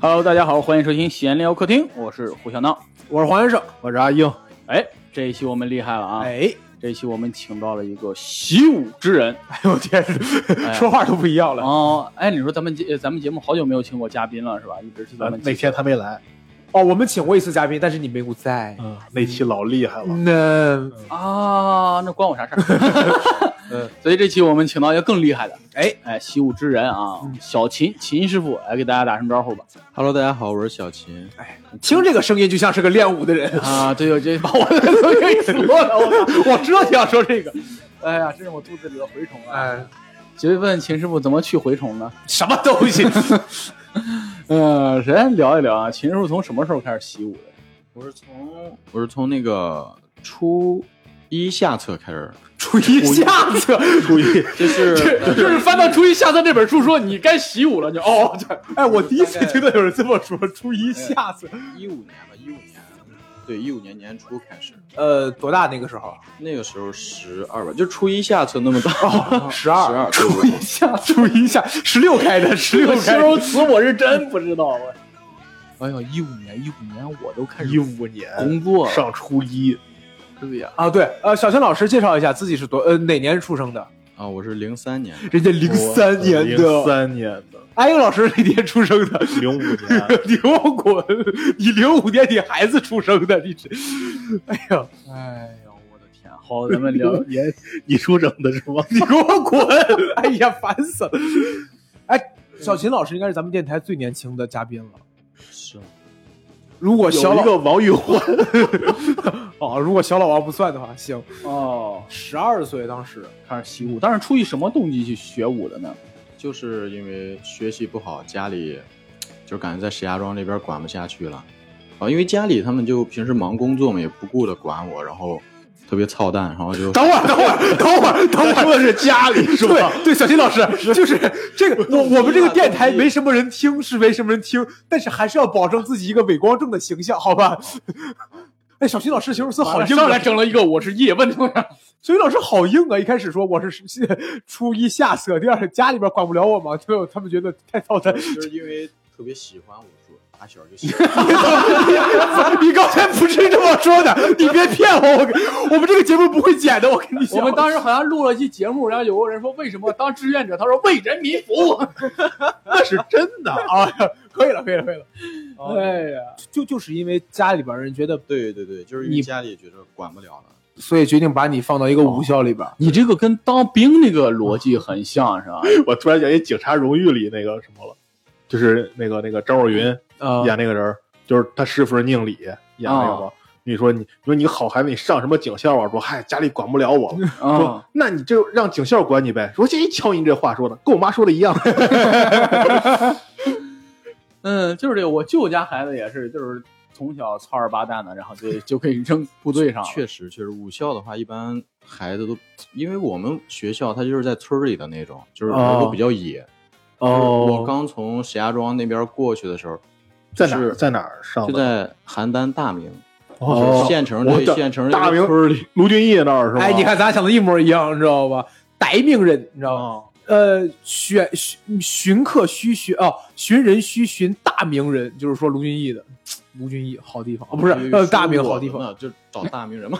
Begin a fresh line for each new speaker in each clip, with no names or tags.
Hello，大家好，欢迎收听闲聊客厅，我是胡小闹。
我是黄先生，我是阿英。
哎，这一期我们厉害了啊！
哎，
这一期我们请到了一个习武之人。
哎呦我天，说话都不一样了。
哦，哎，你说咱们节咱们节目好久没有请过嘉宾了是吧？一直是咱
呃
啊
们
那天他没来，
哦，我们请过一次嘉宾，但是你没有在。
嗯，那期老厉害了，
那
啊，那关我啥事儿？
嗯
所以这期我们请到一个更厉害的，
哎嗯
哎，习武之人啊，小秦秦师傅来给大家打声招呼吧。
Hello，大家好，我是小秦。
听这个声音就像是个练武的人。
啊，对，我这把我的都给说了，我操我知道你要说这个，哎呀，这是我肚子里的蛔虫啊！
哎，
就问秦师傅怎么去蛔虫呢？
什么东西？
嗯，首先聊一聊啊，秦师傅从什么时候开始习武的？
我是从我是从那个初一下册开始，
初一下册，初一。
就是
就是翻到《初一下册》这本书说你该习武了，你哦，
哎，我第一次听到有人这么说，初一下册。
一五年吧，一五年，对，一五年年初开始，
呃，多大那个时候？
那个时候十二吧，就初一下册那 么大，
嗯十
十
二。
二，对
初一下，初一下，十六开的，十
这
六
个形
开的。
容词我是真不知道。我哎呦，一五年，一五年我都开
一五年
工作了，
上初一，
对呀、
啊，对，呃，小青老师介绍一下自己是多呃哪年出生的？
啊，我是零三年，
人家零三年
零
的，
三啊年的，
阿英老师那年出生的，
零五年
你给我滚！你零五年你孩子出生的，你这，哎呀，
哎呦，我的天！
啊
好，咱们 聊
05年 你出生的是吗？
你给我滚！ 哎呀，烦死了！哎，小秦老师应该是咱们电台最年轻的嘉宾了。
是
如果小
有一
老
个王玉环，
哦，如果小老王不算的话，行，
哦，
十二岁当时，
开始习武，但是出于什么动机去学武的呢？
就是因为学习不好，家里就感觉在石家庄这边管不下去了，啊，因为家里他们就平时忙工作嘛，也不顾得管我，然后特别操蛋，然后就
等会 儿，等会儿，等会儿，等会儿，
说的是家里是吧？
对对，小金老师就是这个，我我们这个电台没什么人听，是没什么人听，但是还是要保证自己一个伪光正的形象，好吧？ 哎，小金老师形容词好硬
上来
啊！
整了一个我是叶问的，
小金老师好硬啊！一开始说我是初一下册，第二是家里边管不了我嘛，就他们觉得太操蛋。
就是因为特别喜欢武术，打小就喜 欢。
你刚才不是这么说的，你别骗我，我我们这个节目不会剪的，我跟你讲。
我们当时好像录了一期节目，然后有个人说为什么当志愿者？他说为人民服 务。
那是真的啊！可以了，可以了，可以了。哦
哎呀，
就就是因为家里边人觉得，
对对对，就是因
你
为家里觉得管不了了。
所以决定把你放到一个武校里边。
你这个跟当兵那个逻辑很像，是吧？
我突然想起《警察荣誉》里那个什么了，就是那个那个张若昀
啊
呃
演那个人儿，就是他师傅是宁理演那个嘛。你说你，你说你个好孩子，你上什么警校啊？说嗨，家里管不了我了。说
啊，
那你就让警校管你呗。说这一瞧你这话说的，跟我妈说的一样。
嗯，就是这个。我舅家孩子也是，就是从小操二八蛋的，然后就就可以扔部队上了。
确实，确实，武校的话，一般孩子都，因为我们学校它就是在村儿里的那种，就是
哦
都比较野。就是我刚从石家庄那边过去的时候，
在哪儿
是
在哪儿上
就
的？
在邯郸大明，
哦
就是县城
我
对
的
县城
大
这
明
个村儿里。
卢俊义那儿是吗？
哎，你看咱想的一模一样，你知道吧？逮命人，你知道吗？
啊，
呃，选寻寻客须寻哦，寻人须寻大名人，就是说卢俊义的。卢俊义好地方啊，不是
有一个
呃大明
书
好
馆
地方。啊
呢，就找大明人 嘛。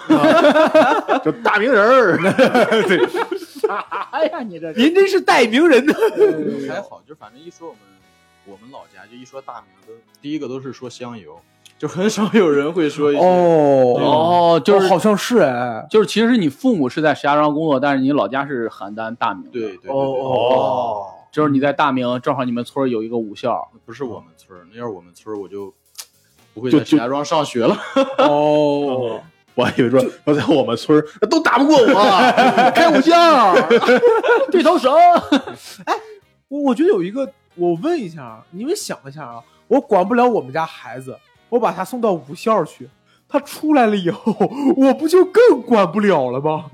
就大名人儿。
哎呀，你这
您真是带名人呢。
还好，就反正一说我们我们老家，就一说大明，都第一个都是说香油，就很少有人会说一些
哦
哦，就是
好像是哎，
就是，其实你父母是在石家庄工作，但是你老家是邯郸大明。
对对，对 对。
哦
就是你在大明，正好你们村儿有一个武校。
不是我们村儿，那要是我们村儿，我就不会
就
在石家庄上学了。
哦，
我还以为说说在我们村儿都打不过
啊
我，开武将。
对头蛇，
我我觉得有一个，我问一下啊，你们想一下啊，我管不了我们家孩子，我把他送到武校去，他出来了以后，我不就更管不了了吗？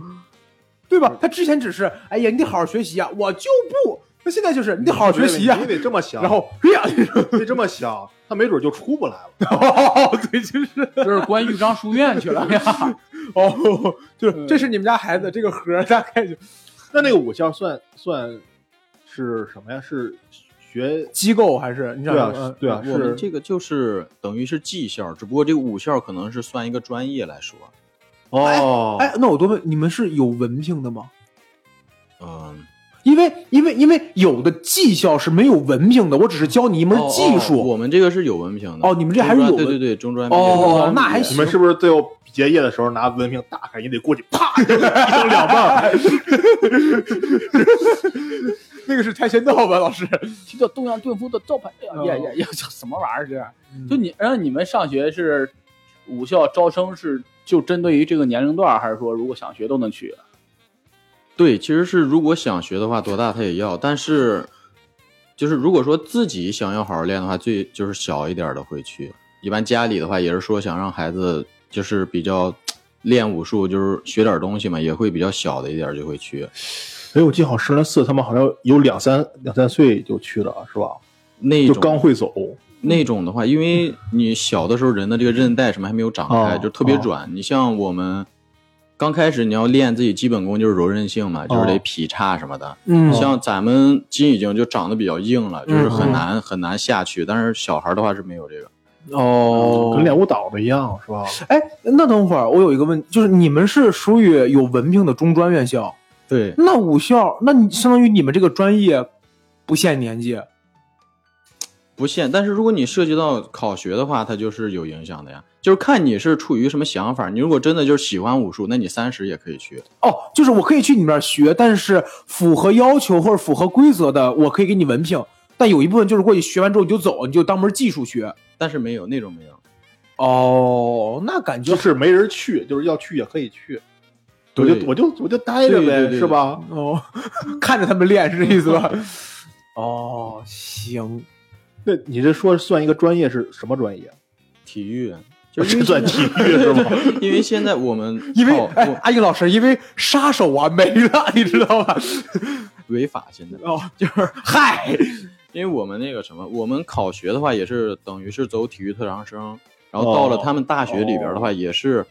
对吧？他之前只是，哎呀，你得好好学习啊，我就不。那现在就是，你得好好学习啊
你。得这么 想，
然后，哎呀，
你得这么想，他没准就出不来了。
哦， 对，就是，
就是关豫章书院去了呀。
哦，
嗯
就是，这是你们家孩子这个盒儿，大概就
那那个武校算算是什么呀？是学
机构还是你知
对
道
啊
吗？嗯
对啊
我们
是
这个就是等于是技校，只不过这个武校可能是算一个专业来说，
哦，
哎，那我多问，你们是有文凭的吗？
嗯，
因为因为因为有的技校是没有文凭的，我只是教你一门技
哦哦
术。
我们这个是有文凭的
哦你们这还是
中专
有文
对对对，中专毕业
哦
生
那还行
你们是不是最后结业的时候拿文凭打开，你得过去啪一刀两半？
那个是跆拳道吧，老师？
提到东洋盾夫的招牌，哎
哦
呀呀呀呀，这什么玩意儿？这是就你，然后你们上学是武校招生是就针对于这个年龄段儿，还是说如果想学都能去？
对，其实是如果想学的话，多大他也要，但是就是如果说自己想要好好练的话，最就是小一点儿的会去。一般家里的话也是说想让孩子就是比较练武术，就是学点儿东西嘛，也会比较小的一点儿就会去。
哎，我记得好像石兰寺他们好像有两三两三岁就去了，是吧？
那
就
种
刚会走，
那种的话，因为你小的时候人的这个韧带什么还没有长开，
哦
就特别软。你像我们刚开始你要练自己基本功就是柔韧性嘛，
哦
就是得劈叉什么的。
嗯
像咱们筋已经就长得比较硬了，就是很
嗯
难、很难下去。但是小孩的话是没有这个。嗯
哦
跟练舞蹈的一样，是吧？
哎，那等会儿我有一个问，就是你们是属于有文凭的中专院校，
对，
那武校，那你相当于你们这个专业不限年纪。
不限。但是如果你涉及到考学的话，它就是有影响的呀。就是看你是处于什么想法。你如果真的就是喜欢武术，那你三十也可以去。
哦，就是我可以去你们那儿学，但是符合要求或者符合规则的，我可以给你文凭。但有一部分就是过去学完之后你就走，你就当门技术学。
但是没有那种没有。
哦，那感觉
就是没人去，就是要去也可以去，我
对
就我就我就待着
对对
呗，
对
是吧？
哦，看着他们练是这意思 吧？哦，行，
那你这说算一个专业是什么专业？
体育，啊就
这
是因为
算体育是 吗？
因为现在我们
因为
靠
哎
我，
阿英老师，因为杀手啊没了，你知道吧？
违法现在，
哦，就是 嗨，
因为我们那个什么，我们考学的话也是等于是走体育特长生，然后到
哦
了他们大学里边的话也是，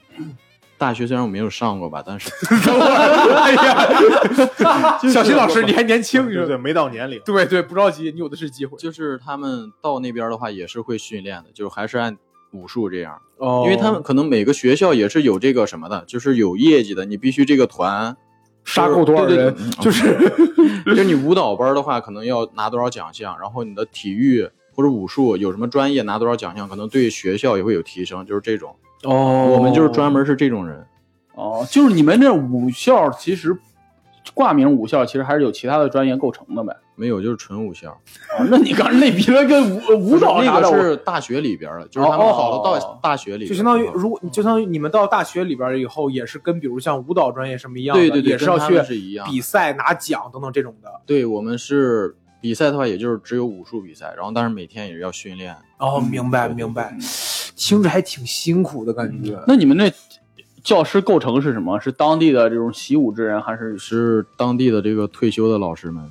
大学虽然我没有上过吧，但是
哎 呀，小新老师你还年轻，你
对
说。
对，没到年龄
对对，不着急，你有的是机会。
就是他们到那边的话也是会训练的，就是还是按武术这样，
哦
因为他们可能每个学校也是有这个什么的，就是有业绩的，你必须这个团。
杀够多少
对对
人
对嗯，
就是
就是你舞蹈班的话，可能要拿多少奖项，然后你的体育或者武术有什么专业拿多少奖项，可能对学校也会有提升，就是这种。
哦
我们就是专门是这种人，
哦，就是你们这武校其实挂名武校，其实还是有其他的专业构成的呗。
没有就是纯武校。
哦，那你刚才类比了跟舞舞蹈啥
那
的，
个
我
是大学里边儿的，就是
哦
他们好多到大学里边儿，
就相当于，
嗯
如果就相当于你们到大学里边儿以后，也是跟比如像舞蹈专业什么一样的，
对对对，
也是
跟
要
他
去
们是一样的。
比赛拿奖等等这种的。
对我们是比赛的话，也就是只有武术比赛，然后但是每天也是要训练。
哦，明白
嗯对对嗯
明白，听着还挺辛苦的感觉。
那你们那教师构成是什么？是当地的这种习武之人，还是
是当地的这个退休的老师们，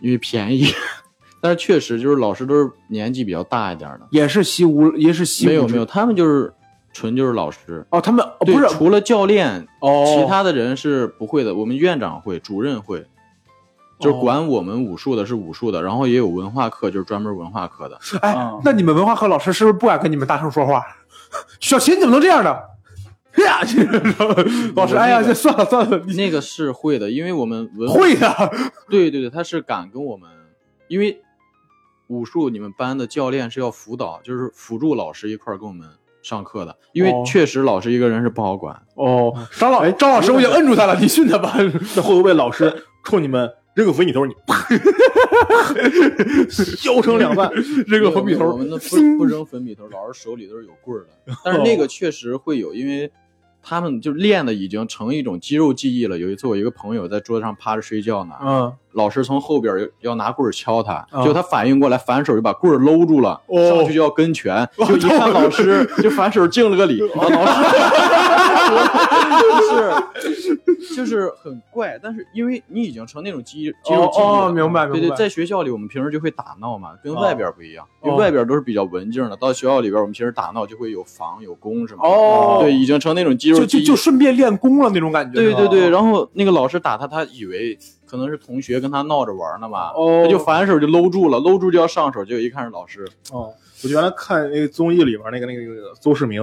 因为便宜， 但是确实就是老师都是年纪比较大一点儿的。
也是习武，也是习武
没有
之
没有，他们就是纯就是老师，
哦，他们哦
对
不是
除了教练，
哦，
其他的人是不会的。我们院长会，主任会，就是
哦
管我们武术的是武术的，然后也有文化课，就是专门文 化课的。
哎
嗯，
那你们文化课老师是不是不敢跟你们大声说话？ 小秦怎么能这样呢？ 哎呀， 老师，
我那个
哎呀，这算了算了，你
那个是会的，因为我们文
会的。
对对对，他是敢跟我们，因为武术你们班的教练是要辅导，就是辅助老师一块儿跟我们上课的，因为
哦
确实老师一个人是不好管。
哦，张老
哎
张老师，我已经摁住他了，你训他吧。
那会不会老师冲你们扔个粉笔头，你 啪，削成两半？嗯
扔个粉笔
我
头哦
们，那不不扔粉笔头，老师手里都是有棍儿的。但是那个确实会有，因为他们就练的已经成一种肌肉记忆了。有一次我一个朋友在桌子上趴着睡觉呢，
嗯，
老师从后边要要拿棍儿敲他，
啊
结果他反应过来，反手就把棍儿搂住了，
哦
上去就要跟拳，就一看 老
哦
师就反手敬了个礼，然后老师就是就是很怪，但是因为你已经成那种肌肌肉
哦
记忆了
哦，明白明白。
对对，在学校里我们平时就会打闹嘛，跟
哦
外边不一样，因为
哦
外边都是比较文静的，到学校里边我们平时打闹就会有防有攻什么的。
哦
对，已经成那种肌肉
就就
记忆。
就顺便练功了那种感觉。
对对
哦
对，
后
然后那个老师打他，他以为可能是同学跟他闹着玩呢嘛，
哦
他就反手就搂住了，搂住就要上手，结果一看是老师，
哦，我原来看那个综艺里边那个那个那个邹市明，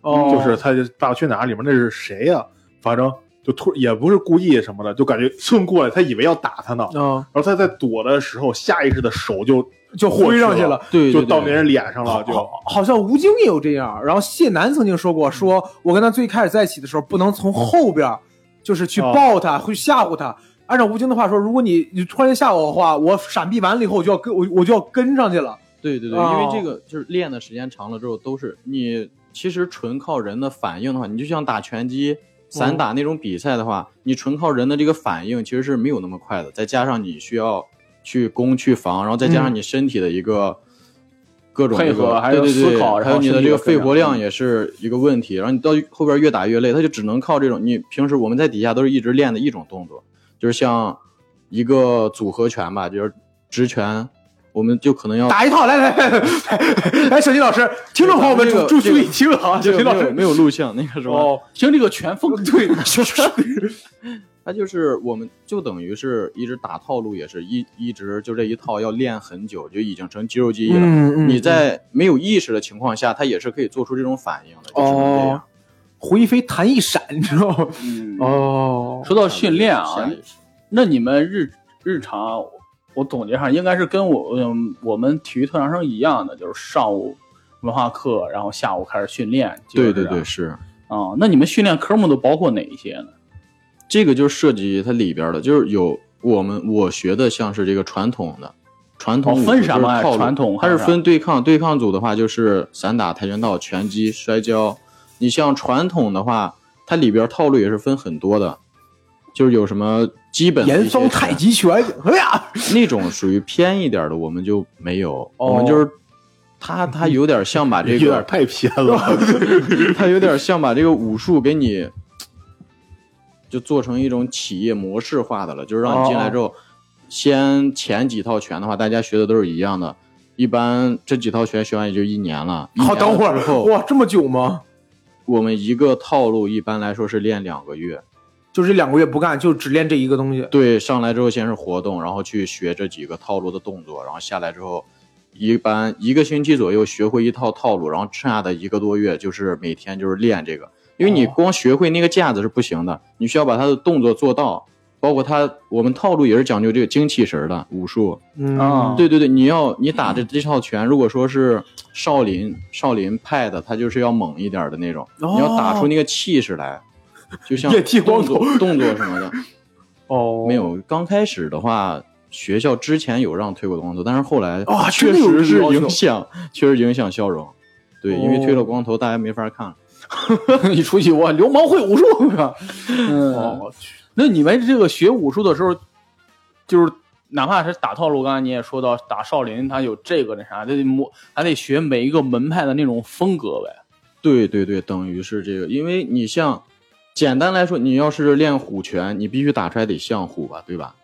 哦
就是他《大去哪儿》里面那是谁呀、反正就突也不是故意什么的，就感觉蹭过来，他以为要打他呢，
哦
嗯，
然后他在躲的时候，下意识的手就
就挥上去了。
对
就到别人脸上了，就
好好像吴京也有这样。然后谢楠曾经说
嗯
过，说我跟他最开始在一起的时候，不能从后边儿就是去
哦
抱他，会吓唬他。按照吴京的话说，如果你你突然间吓我的话，我闪避完了以后，我就要跟我我就要跟上去了。
对对对，
哦
因为这个就是练的时间长了之后，都是你其实纯靠人的反应的话，你就像打拳
嗯
击、散打那种比赛的话，你纯靠人的这个反应其实是没有那么快的，再加上你需要去攻去防，然后再加上你身体的一个。各
嗯
种
配合
这个
还有
对对对
思考然后
还有你的
身
这
体
个
的嗯
肺
跟
活
上
量也是一个问题。然后你到后边越打越累，他就只能靠这种。你平时我们在底下都是一直练的一种动作，就是像一个组合拳吧，就是直拳，我们就可能要
打一套，来来来，来，小金老师，听众朋友们
这
注
个
注
这
注
个
意听了啊，
这
小金
个
老
没有
师，
没有录像，那个时候，
哦，听这个拳 风，对，
他就是我们就等于是一直打套路，也是一一直就这一套要练很久，就已经成肌肉记忆了。
嗯
你在没有意识的情况下，他也是可以做出这种反应的，就只能这
哦
样。，
胡一菲弹一闪，你知道吗？
嗯
哦，
说到训练
下
啊
意，识
那你们日日常，我总结上应该是跟我嗯我们体育特长生一样的，就是上午文化课，然后下午开始训练。基
对
本
对
是这
对，
样。
是
啊、那你们训练科目都包括哪一些呢？
这个就涉及它里边的，就是有我们我学的像是这个传统的。传统
哦
武
分
术
什
就是
么呀
套路
传统
它是
还是
分对抗，对抗组的话就是散打、跆拳道、拳击、摔跤。你像传统的话，它里边套路也是分很多的，就是有什么基本的一些
严嵩太极拳，哎呀，
那种属于偏一点的，我们就没有，
哦
我们就是它它有点像把这
有点
个，
太偏了。
它有点像把这个武术给你就做成一种企业模式化的了，就是让你
哦
进来之后，先前几套拳的话，大家学的都是一样的。一般这几套拳学完也就一年了，一
好，
年
等会
之
儿，
后
哇，这么久吗？
我们一个套路一般来说是练两个月，
就这两个月不干，就只练这一个东西。
对，上来之后先是活动，然后去学这几个套路的动作，然后下来之后，一般一个星期左右学会一套套路，然后剩下的一个多月就是每天就是练这个，因为你光学会那个架子是不行的，你需要把他的动作做到，包括他我们套路也是讲究这个精气神儿的武术，
嗯
啊
对对对，你要你打这这套拳，如果说是少林少林派的，他就是要猛一点的那种，你要打出那个气势来，就像
夜剃光
动作动作什么的。
哦，
没有，刚开始的话，学校之前有让推过光头，但是后来
啊
确
真的有
实
这
是
个要求
影响， 确实影响笑容。对，因为
哦
推了光头，大家没法看了。
你出去我流氓会武术。嗯，
哦
那你们这个学武术的时候，就是哪怕是打套路，刚才你也说到打少林，他有这个那啥，得摸，还得学每一个门派的那种风格呗。
对对对，等于是这个，因为你像，简单来说，你要是练虎拳，你必须打出来得像虎吧，对 吧？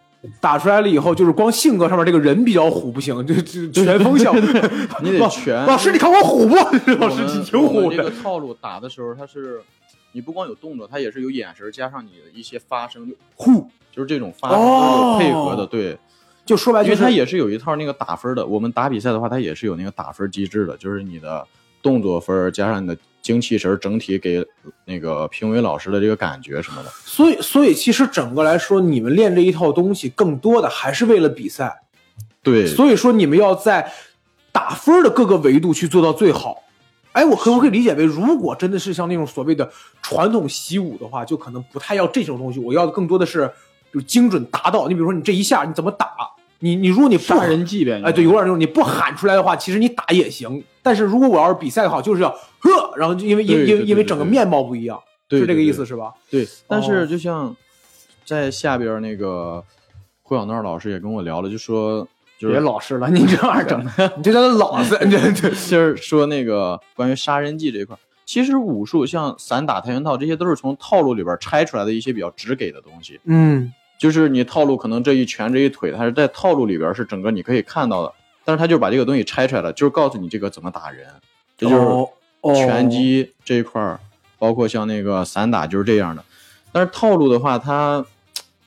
打出来了以后，就是光性格上面这个人比较虎不行，这这全风向。
你得
老
拳。
老师，你看我虎不？ 老师，你挺
我
虎
们这
的
个。套路打的时候，它是，你不光有动作，它也是有眼神，加上你的一些发声，就
虎
就是这种发声都有配合的，
哦
对。
就说白
因
就
为
是
它也是有一套那个打分的，我们打比赛的话，它也是有那个打分机制的，就是你的动作分儿加上你的精气神儿，整体给那个评委老师的这个感觉什么的。
所以所以其实整个来说，你们练这一套东西，更多的还是为了比赛。
对，
所以说你们要在打分的各个维度去做到最好。哎，我可不可以理解为，如果真的是像那种所谓的传统习武的话，就可能不太要这种东西，我要的更多的是就精准达到。你比如说，你这一下你怎么打？你你如果你不
杀人计呗。
哎，对，有点那种你不喊出来的话，其实你打也行。但是如果我要是比赛的话，就是要呵，然后就因为因为因
对对
为
对
因为整个
对
面貌不一样，
对
是这个
对
意
对
思是吧？
对，但
哦
是就像在下边儿那个胡小闹老师也跟我聊了，就说就是
别 老实了，你这玩意儿整的。
你这叫老子，你这这
就是说那个关于杀人技这一块儿，其实武术像散打、跆拳道这些都是从套路里边拆出来的一些比较直给的东西，
嗯，
就是你套路可能这一拳这一腿，它是在套路里边是整个你可以看到的，但是他就把这个东西拆出来了，就是告诉你这个怎么打人，这就是
哦哦
拳击这一块儿，包括像那个散打就是这样的。但是套路的话，它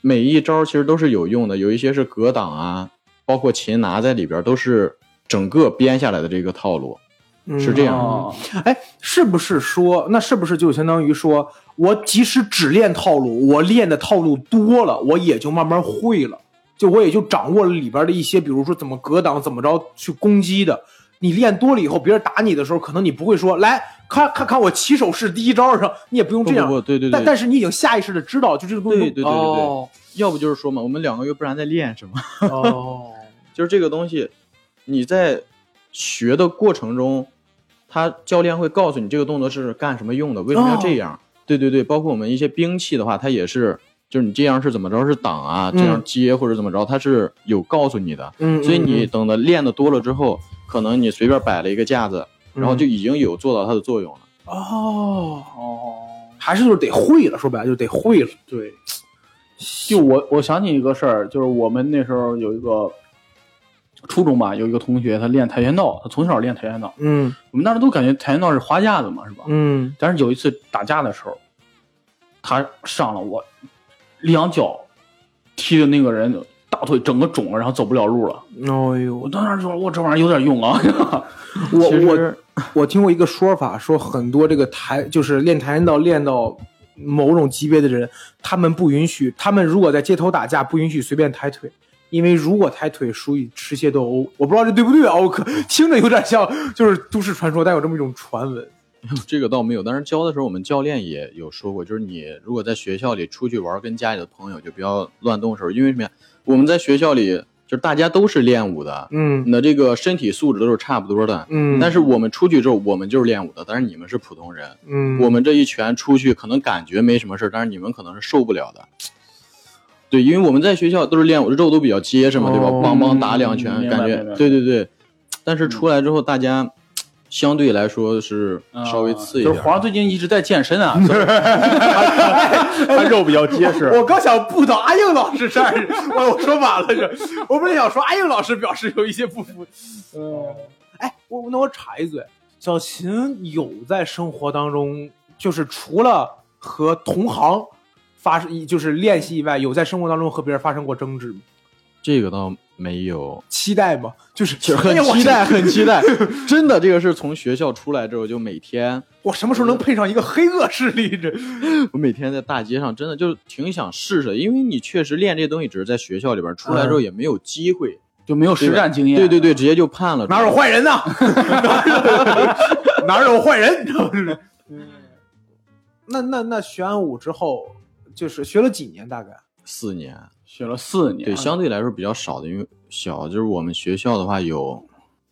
每一招其实都是有用的，有一些是格挡啊，包括擒拿在里边都是整个编下来的这个套路。是
啊
这样
哦哎，是不是说那是不是就相当于说我即使只练套路，我练的套路多了，我也就慢慢会了，就我也就掌握了里边的一些，比如说怎么格挡，怎么着去攻击的。你练多了以后，别人打你的时候，可能你不会说来看看看我起手式第一招上，你也不用这样。
不不不对对对
但但是你已经下意识的知道，就这个东西。
对对对对对
哦
要不就是说嘛，我们两个月不然在练什么？
哦，
就是这个东西，你在学的过程中，他教练会告诉你这个动作是干什么用的，为什么要这
哦
样？对对对，包括我们一些兵器的话，它也是，就是你这样是怎么着是挡啊，
嗯
这样接或者怎么着，它是有告诉你的。
嗯，
所以你等的练的多了之后，可能你随便摆了一个架子，然
嗯
后就已经有做到它的作用了。
哦，
哦，
还是就是得会了，说白了就得会了。
对，就我我想起一个事儿，就是我们那时候有一个初中吧，有一个同学他练跆拳道，他从小练跆拳道，
嗯
我们当时都感觉跆拳道是花架子嘛，是吧？
嗯，
但是有一次打架的时候，他上了我，两脚踢的那个人大腿整个肿了，然后走不了路了。
哎呦
我当时就说，我这玩意儿有点用 啊。
我
其实
我我听过一个说法，说很多这个跆就是练跆拳道练到某种级别的人，他们不允许，他们如果在街头打架，不允许随便抬腿，因为如果抬腿属于持械斗殴。我不知道这对不对啊？我可 听着有点像就是都市传说，但有这么一种传闻。
这个倒没有，但是教的时候我们教练也有说过，就是你如果在学校里出去玩，跟家里的朋友就不要乱动手，因为什么呀？我们在学校里就是大家都是练武的，
嗯
你的这个身体素质都是差不多的。
嗯
但
是
是我们出去之后，我们就是练武的，但是你们是普通人，
嗯
我们这一拳出去可能感觉没什么事儿，但是你们可能是受不了的。对，因为我们在学校都是练武，肉都比较结实嘛，对吧？
哦
梆梆打两拳
嗯，明白
感觉
明白
对对对。但是出来之后，大家相对来说是稍微次一
啊嗯就
点
是
儿。
华最近一直在健身啊，所以
他肉比较结实。
我刚想扑到阿英老师这儿，我我说反了这，我本来想说阿英老师表示有一些不服。嗯，哎，我那我插一嘴，小秦有在生活当中，就是除了和同行发生，就是练习以外，有在生活当中和别人发生过争执吗？
这个倒没有，
期待吗？ 就是
其实
哎
很
呀我
期待，很期待。真的，这个是从学校出来之后，就每天
我什么时候能配上一个黑恶势力？这
我每天在大街上，真的就是挺想试试的，因为你确实练这东西只是在学校里边，出来之后
嗯
也没有机会。
就没有实战经验。
对对对，直接就判了。
哪有坏 人呢？哪有坏人？那那那学完武之后，就是学了几年大概？
四年，
学了四年。
对，相对来说比较少的，因为小就是我们学校的话有，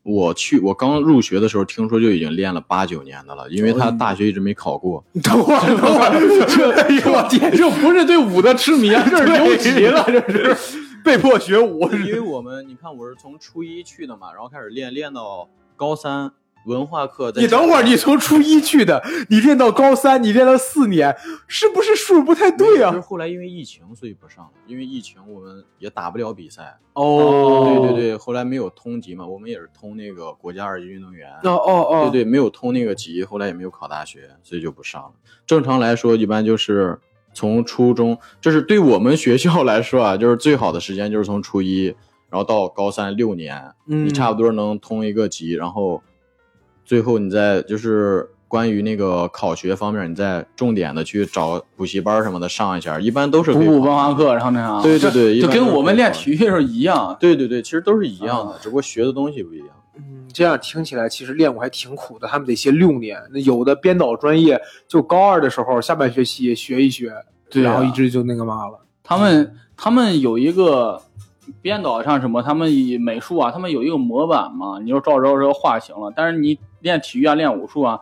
我去我刚入学的时候，听说就已经练了八九年的了，因为他大学一直没考过。
你等会儿，等会儿，这哎呦我天，
这不是对武的痴迷啊，这是留级了，这是
被迫学武，
因为我们你看我是从初一去的嘛，然后开始练，练到高三文化课在。
你等会儿，你从初一去的，你练到高三，你练了四年，是不是数不太对
就是
啊？
后来因为疫情，所以不上了。因为疫情，我们也打不了比赛。
哦
对对对，后来没有通级嘛，我们也是通那个国家二级运动员。
哦
嗯
哦哦，
对对，没有通那个级，后来也没有考大学，所以就不上了。正常来说，一般就是从初中，这是对我们学校来说啊，就是最好的时间就是从初一，然后到高三六年，
嗯
你差不多能通一个级，然后最后你再就是关于那个考学方面，你再重点的去找补习班什么的上一下，一般都是
补
可以
补
考
文化课，然后那啥，
对对对
就
一般
跟
都是
我们
可以
练
考
体育的时候一样。
对对对，其实都是一样
啊
的，只不过学的东西不一样。
嗯，这样听起来其实练武还挺苦的，他们得学六年。那有的编导专业就高二的时候下半学期学一学，
对啊
然后一直就那个嘛了。
他们他们有一个编导啊像什么，他们以美术啊，他们有一个模板嘛，你就照着这个画行了。但是你练体育啊，练武术啊，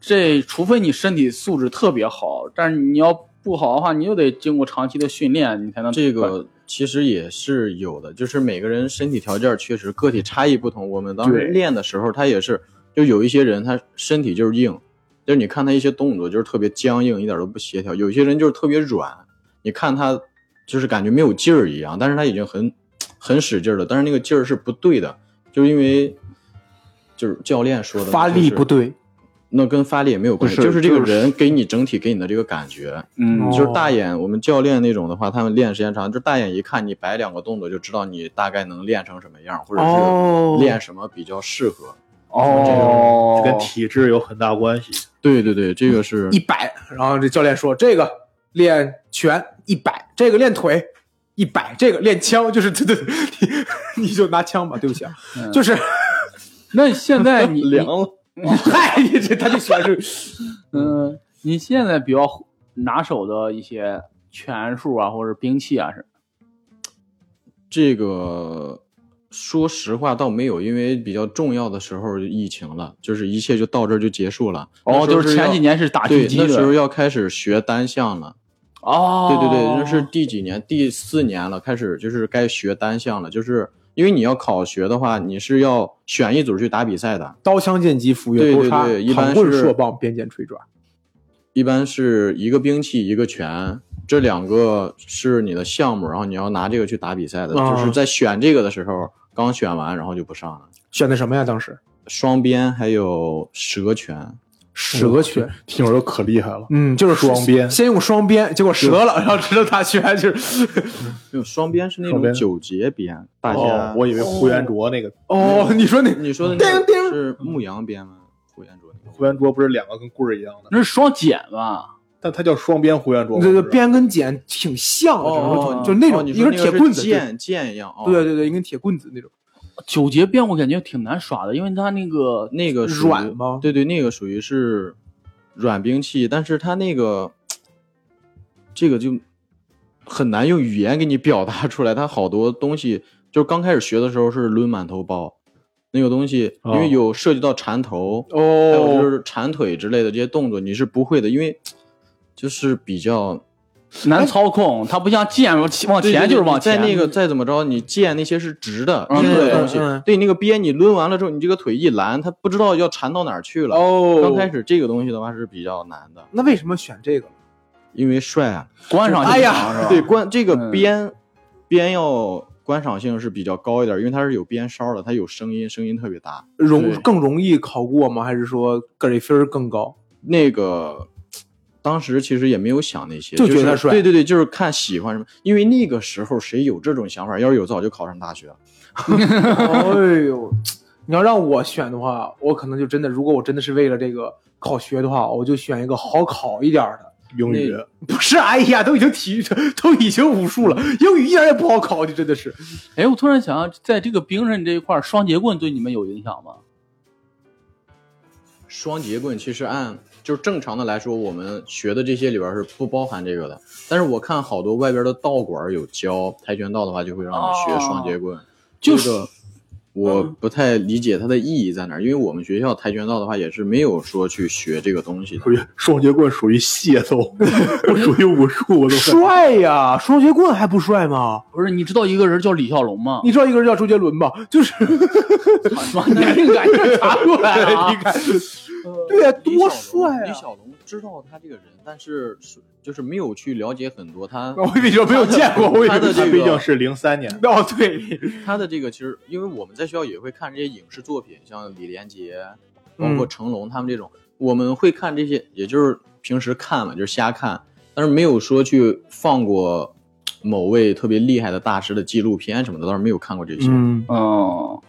这除非你身体素质特别好，但是你要不好的话，你又得经过长期的训练，你才能
这个其实也是有的，就是每个人身体条件确实个体差异不同。我们当时
对
练的时候，他也是，就有一些人他身体就是硬，就是你看他一些动作，就是特别僵硬，一点都不协调。有些人就是特别软，你看他就是感觉没有劲儿一样，但是他已经很很使劲儿了，但是那个劲儿是不对的，就是因为就是教练说的
发力不，
就是
对，
那跟发力也没有关系，
不是
就是这个
就是
人给你整体给你的这个感觉，
嗯
哦
就是大眼我们教练那种的话，他们练时间长，就是大眼一看你摆两个动作就知道你大概能练成什么样，或者
哦
是练什么比较适合。
哦，
跟体质有很大关系。
对对对，这个是
一百，然后这教练说这个练拳一百，这个练腿一百，这个练枪就是对对，对你你就拿枪吧，对不起啊，
嗯
就是
那现在 你你
了。
嗨，你这他就喜欢这，
嗯，你现在比较拿手的一些拳术啊，或者兵器啊，是
这个说实话倒没有，因为比较重要的时候疫情了，就是一切就到这儿就结束了。那
哦，
时
就
候
是前几年是打
要
狙
对
击
那时候
的，
要开始学单项了。
哦，
对对对，那是第几年？第四年了，开始就是该学单项了，就是。因为你要考学的话，你是要选一组去打比赛的，
刀枪剑戟斧钺
对
钩
对
叉
对一，
长
般
棍
是
槊棒鞭锏锤爪，
一般是一个兵器一个拳，这两个是你的项目，然后你要拿这个去打比赛的。
啊
就是在选这个的时候，刚选完，然后就不上了。
选的什么呀？当时
双鞭还有蛇拳，
蛇拳，
听友都可厉害了，
嗯，就是
双鞭
先用双鞭，结果折了，然后直到大学就是，
就双鞭是那
双鞭
种九节鞭，大家、
哦，我以为呼延灼那个
哦，你说那
你说的那
叮叮
个是牧羊鞭吗？胡延灼那个
呼延灼不是两个跟棍儿一样的，
那是双剪吧？
但它叫双边呼延灼。
这
我
个
知道
鞭跟剪挺像的，
哦
就那
哦
种
你
一
说
根
那个
铁
是
棍子，对
剑剑一样，哦、
对对对，一根铁棍子那种。
九节鞭我感觉挺难耍的，因为它那个
那个属于
软吗
对对，那个属于是软兵器，但是它那个这个就很难用语言给你表达出来。它好多东西，就是刚开始学的时候是抡满头包那个东西，因
哦
为有涉及到缠头，还有就
哦，
是缠腿之类的这些动作，你是不会的，因为就是比较
难操控，它不像剑往往
对对
前
对
就是往
你在
前
那个再怎么着，你剑那些是直的，
嗯
直
对
的东西
嗯嗯。
对，你那个鞭你抡完了之后，你这个腿一拦，它不知道要缠到哪儿去了。
哦
刚开始这个东西的话是比较难的，
那为什么选这个？
因为帅啊。
观赏性
哎呀
强是吧？
对，观这
嗯
个鞭，鞭要观赏性是比较高一点，因为它是有鞭梢的，它有声音，声音特别大。
容
对
更容易考过吗？还是说给分儿更高？
那个当时其实也没有想那些，
就觉得
是
他帅
对对对，就是看喜欢什么。因为那个时候谁有这种想法？要是有，早就考上大学了。
哎呦，你要让我选的话，我可能就真的，如果我真的是为了这个考学的话，我就选一个好考一点儿的。
英语
那
不是，哎呀，都已经体育，都已经武术了， 英语一点儿也不好考，你真的是。
哎，我突然想到，在这个兵刃这一块儿，双节棍对你们有影响吗？
双节棍其实按就是正常的来说，我们学的这些里边是不包含这个的。但是我看好多外边的道馆有教跆拳道的话，就会让你学双节棍。
就是
这个我不太理解它的意义在哪儿，因为我们学校跆拳道的话也是没有说去学这个东西的
属。于双节棍，属于械斗， 不属于武术。我都
帅呀，双截棍还不帅吗？
不是，你知道一个人叫李小龙吗？啊
你知道一个人叫周杰伦吧？ 就是，
妈的，这感觉查不出来 啊！
对呀，
李小
多
龙
帅啊
李
呀！
小龙知道他这个人，但是是就是没有去了解很多他
我跟你说没有见 过，我以
他
为
他
的这
毕竟
个
是零三年，
哦，对，
他的这个其实，因为我们在学校也会看这些影视作品，像李连杰，包
嗯
括成龙他们这种，我们会看这些，也就是平时看嘛，就是瞎看，但是没有说去放过某位特别厉害的大师的纪录片什么的，倒是没有看过这些。
嗯，
嗯，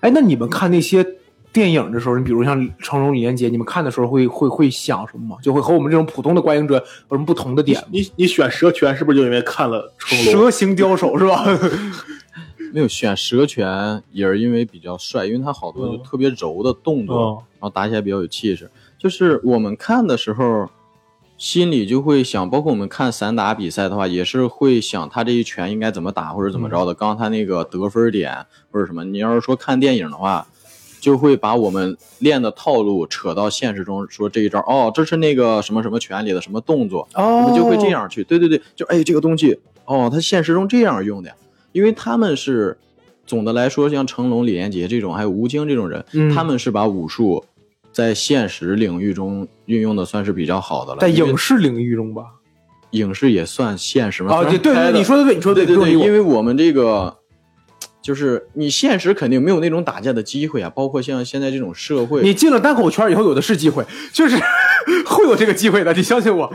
哎，那你们看那些电影的时候，你比如像成龙、李连杰，你们看的时候会会会想什么吗？就会和我们这种普通的观影者有什么不同的点吗？
你你选蛇拳是不是就因为看了成龙？
蛇形刁手是吧？
没有选蛇拳也是因为比较帅，因为他好多就特别柔的动作，
嗯
然后打起来比较有气势。就是我们看的时候，心里就会想，包括我们看散打比赛的话，也是会想他这一拳应该怎么打或者怎么着的。刚刚他那个得分点或者什么，你要是说看电影的话，就会把我们练的套路扯到现实中，说这一招哦，这是那个什么什么拳里的什么动作，
哦
我们就会这。样去。对对对，就哎，这个东西哦，它现实中这样用的，因为他们是总的来说，像成龙、李连杰这种，还有吴京这种人，
嗯
他们是把武术在现实领域中运用的算是比较好的了，
在
因为
影视领域中吧。
影视也算现实嘛。
啊，对对
虽然
对，
拍的
你说的对，你说的
对
对
对
不
对，
起我
因为我们这个就是你现实肯定没有那种打架的机会啊，包括像现在这种社会，
你进了单口圈以后，有的是机会，就是 会有这个机会的，你相 信我。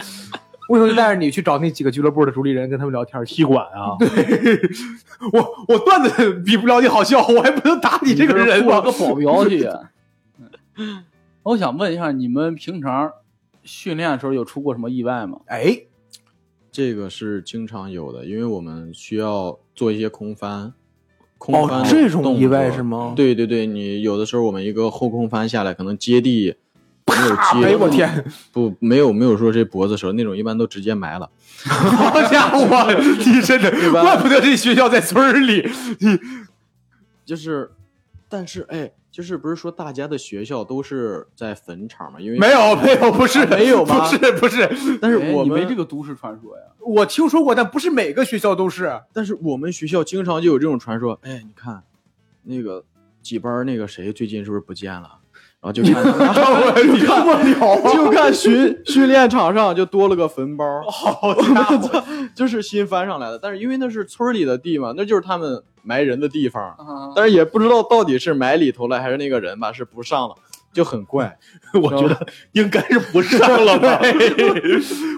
我以后就带着你去找那几个俱乐部的主理人，跟他们聊天去。
踢馆啊，
我我段子比不了你好笑，我还不能打你这个人
雇了
吗
个？保镖去。嗯我想问一下，你们平常训练的时候有出过什么意外吗？
哎，
这个是经常有的，因为我们需要做一些空翻，空翻、
哦，这种意外是？吗？
对对对，你有的时候我们一个后空翻下来，可能接地没有接，
哎呦我天，
不没有没有说这脖子折那种，一般都直接埋了。
好家伙，你真的，
吧
怪不得这学校在村儿里。你
就是，但是哎，就是不是说大家的学校都是在坟场嘛？因为
没，有没有，不
啊
是、
没有
不
吗
是不是，
但是
哎
我
你
们、
没这个都市传说呀？
我听说过，但不是每个学校都 是。
但是我们学校经常就有这种传说，哎，你看那个几班儿那个谁最近是不是不见了？然后就看，
你看不了吗？
就看训训练场上就多了个坟包，
好家伙，
就是新翻上来的。但是因为那是村儿里的地嘛，那就是他们埋人的地方，
啊，
但是也不知道到底是埋里头了还是那个人吧，是不上了，就很怪。
我觉得应该是不上了 吧。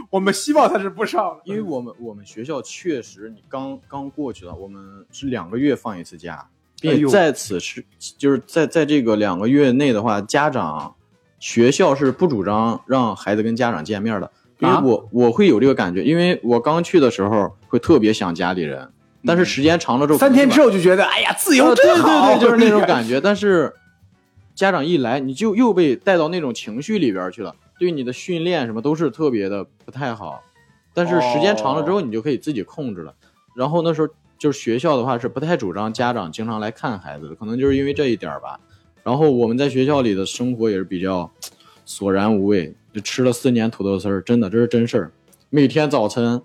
我们希望他是不上了，
因为我们我们学校确实，你刚刚过去了，我们是两个月放一次假，
哎
并
呦
在此是就是在在这个两个月内的话，家长学校是不主张让孩子跟家长见面的，因为
啊
我我会有这个感觉，因为我刚去的时候会特别想家里人，但是时间长了之后，
嗯三天之
后，
后就觉得，哎呀，自由
啊对
真好，
对对，就是那种感觉，但是家长一来，你就又被带到那种情绪里边去了，对你的训练什么都是特别的不太好。但是时间长了
哦
之后，你就可以自己控制了。然后那时候就是学校的话是不太主张家长经常来看孩子的，可能就是因为这一点儿吧。然后我们在学校里的生活也是比较索然无味，就吃了四年土豆丝儿，真的这是真事儿。每天早晨，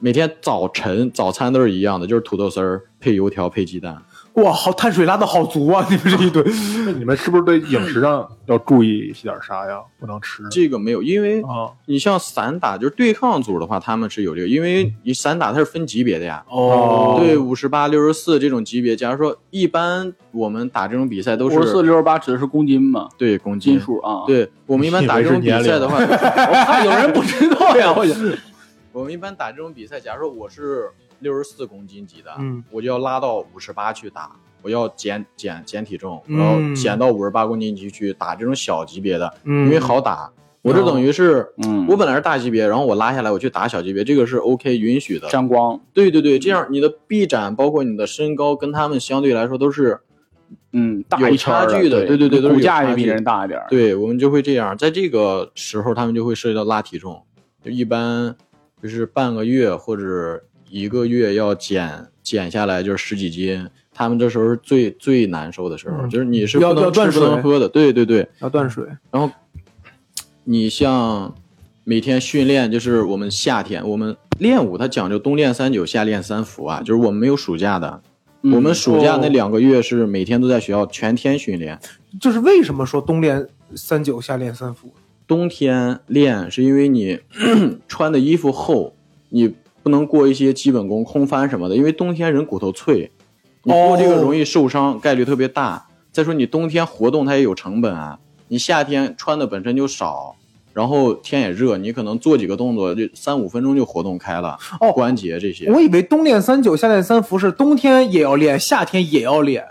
每天早晨早餐都是一样的，就是土豆丝儿配油条配鸡蛋。
觉。哇，好碳水拉的好足啊！你们这一顿，
那你们是不是对饮食上要注意些点啥呀？不能吃
这个没有，因为
啊，
你像散打就是对抗组的话，他们是有这个，因为你散打它是分级别的呀。
嗯哦
对，五十八、六十四这种级别，假如说一般我们打这种比赛都是
五十四、六十八指的是公斤嘛，
对公斤
斤。数啊。，
对我们一般打这种比赛的话，
啊
我怕有人不知 道
啊
呀。我
我们一般打这种比赛，假如说我是六十四公斤级的，
嗯，
我就要拉到五十八去打，我要减减减体重，
嗯
然后减到五十八公斤级去打这种小级别的，
嗯
因为好打。我这等于是，
嗯
我本来是大级别，然后我拉下来我去打小级别，这个是 OK 允许的。
沾光，
对对对，这样你的臂展包括你的身高跟他们相对来说都是，
嗯，大
有
一圈儿
差距的对对对
你
都是
骨
有
架也
差
比
距
人大一点儿。
对我们就会这样。在这个时候，他们就会涉及到拉体重，就一般就是半个月或者一个月要减减下来就是十几斤。他们这时候是最最难受的时候，
嗯
就是你是
要
不
要
能
断
吃不能
水
喝的。对对对，
要断水，
你像每天训练，就是我们夏天我们练舞，它讲究冬练三九，夏练三伏啊，就是我们没有暑假的。
嗯
我们暑假
哦
那两个月是每天都在学校全天训练，
就是为什么说冬练三九，夏练三伏？
冬天练是因为你 穿的衣服厚，你不能过一些基本功、空翻什么的，因为冬天人骨头脆，你过
哦
这个容易受伤，概率特别大。再说你冬天活动它也有成本啊，你夏天穿的本身就少，然后天也热，你可能做几个动作就三五分钟就活动开了，
哦
关节这些
我以为冬练三九，夏练三伏是冬天也要练，夏天也要练。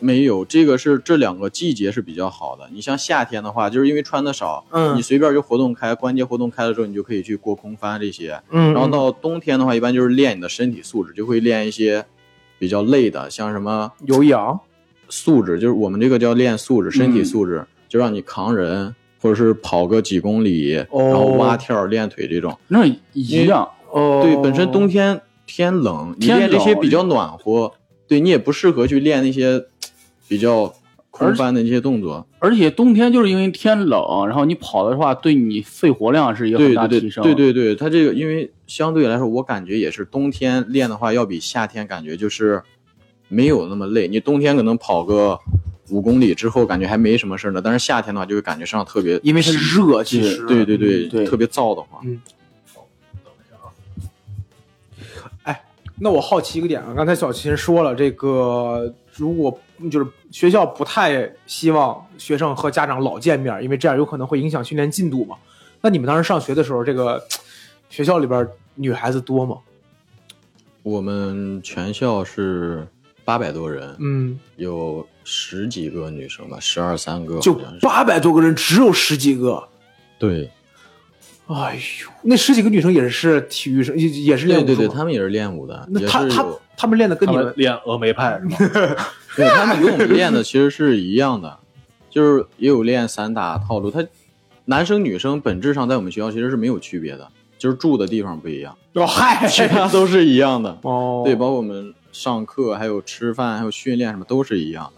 没有。这个是这两个季节是比较好的。你像夏天的话，就是因为穿的少，
嗯
你随便就活动开，关节活动开了之后，你就可以去过空翻这些。
嗯
然后到冬天的话，一般就是练你的身体素质，就会练一些比较累的，像什么
有氧，
素质，就是我们这个叫练素质，身体素质，就让你扛人，或者是跑个几公里，
哦
然后蛙跳、练腿这种。
那一样，
哦
对，本身冬天天冷，你
天
练这些
冷
比较暖和，对你也不适合去练那些比较空翻的一些动作。
而且冬天就是因为天冷，然后你跑的话，对你肺活量是一个很
对
大
对
提
对
升。
对对对，它这个因为相对来说，我感觉也是冬天练的话，要比夏天感觉就是没有那么累。你冬天可能跑个五公里之后感觉还没什么事儿呢，但是夏天的话就会感觉身上特别，
因为它热，其实嗯
对对对
对
特别燥的慌。
那我好奇一个点啊，刚才小秦说了，这个如果就是学校不太希望学生和家长老见面，因为这样有可能会影响训练进度嘛。那你们当时上学的时候，这个学校里边女孩子多吗？
我们全校是八百多人，
嗯，
有十几个女生吧，十二三个，
就
好像是
八百多个人，只有十几个。
对
哎呦，那十几个女生也是体育生，也也是练
对
武
对对，
术吗
他们也是练武的，
那
也
他
是
他
有，
他们练的跟
他
你
们
们
练峨眉派是吧？
对他们跟我们练的其实是一样的，就是也有练散打套路，他男生女生本质上在我们学校其实是没有区别的，就是住的地方不 一样，
哦 嗨
其他都是一样的。
哦
对，包括我们上课，还有吃饭，还有训练，什么都是一样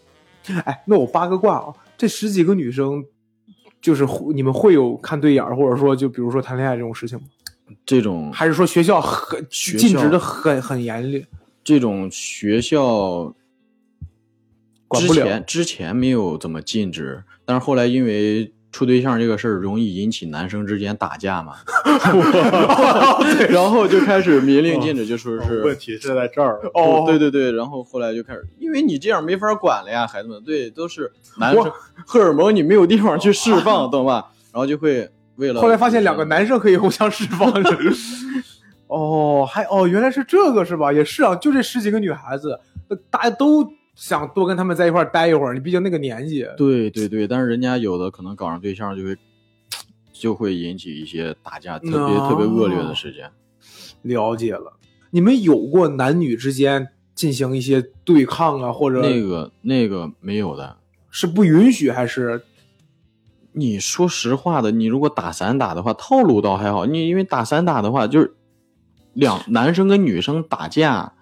的。
哎，那我八个卦啊，这十几个女生，就是会你们会有看对眼儿，或者说就比如说谈恋爱这种事情吗？
这种
还是说学校很
学
禁止
校
的很很严厉？
这种学校
管
之
不了
前之前没有怎么禁止，但是后来因为处对象这个事儿容易引起男生之间打 架嘛， 然后就开始明令禁止，就说是
问题是在这儿
哦
对对对，然后后来就开始，因为你这样没法管了呀，孩子们，对，都是男生
哇
荷尔蒙你没有地方去释放，懂吧？然后就会为了
后来发现两个男生可以互相释 放。哦，还哦，原来是这个是吧？也是啊，就这十几个女孩子，那大家都想多跟她们在一块儿待一会儿，你毕竟那个年纪。
对对对，但是人家有的可能搞上对象就会就会引起一些打架，特别、
哦
特别恶劣的事件。
了解了，你们有过男女之间进行一些对抗啊，或者
那个那个没有的。
是不允许还是
你说实话的，你如果打散打的话，套路倒还好。你因为打散打的话，就是两男生跟女生打架，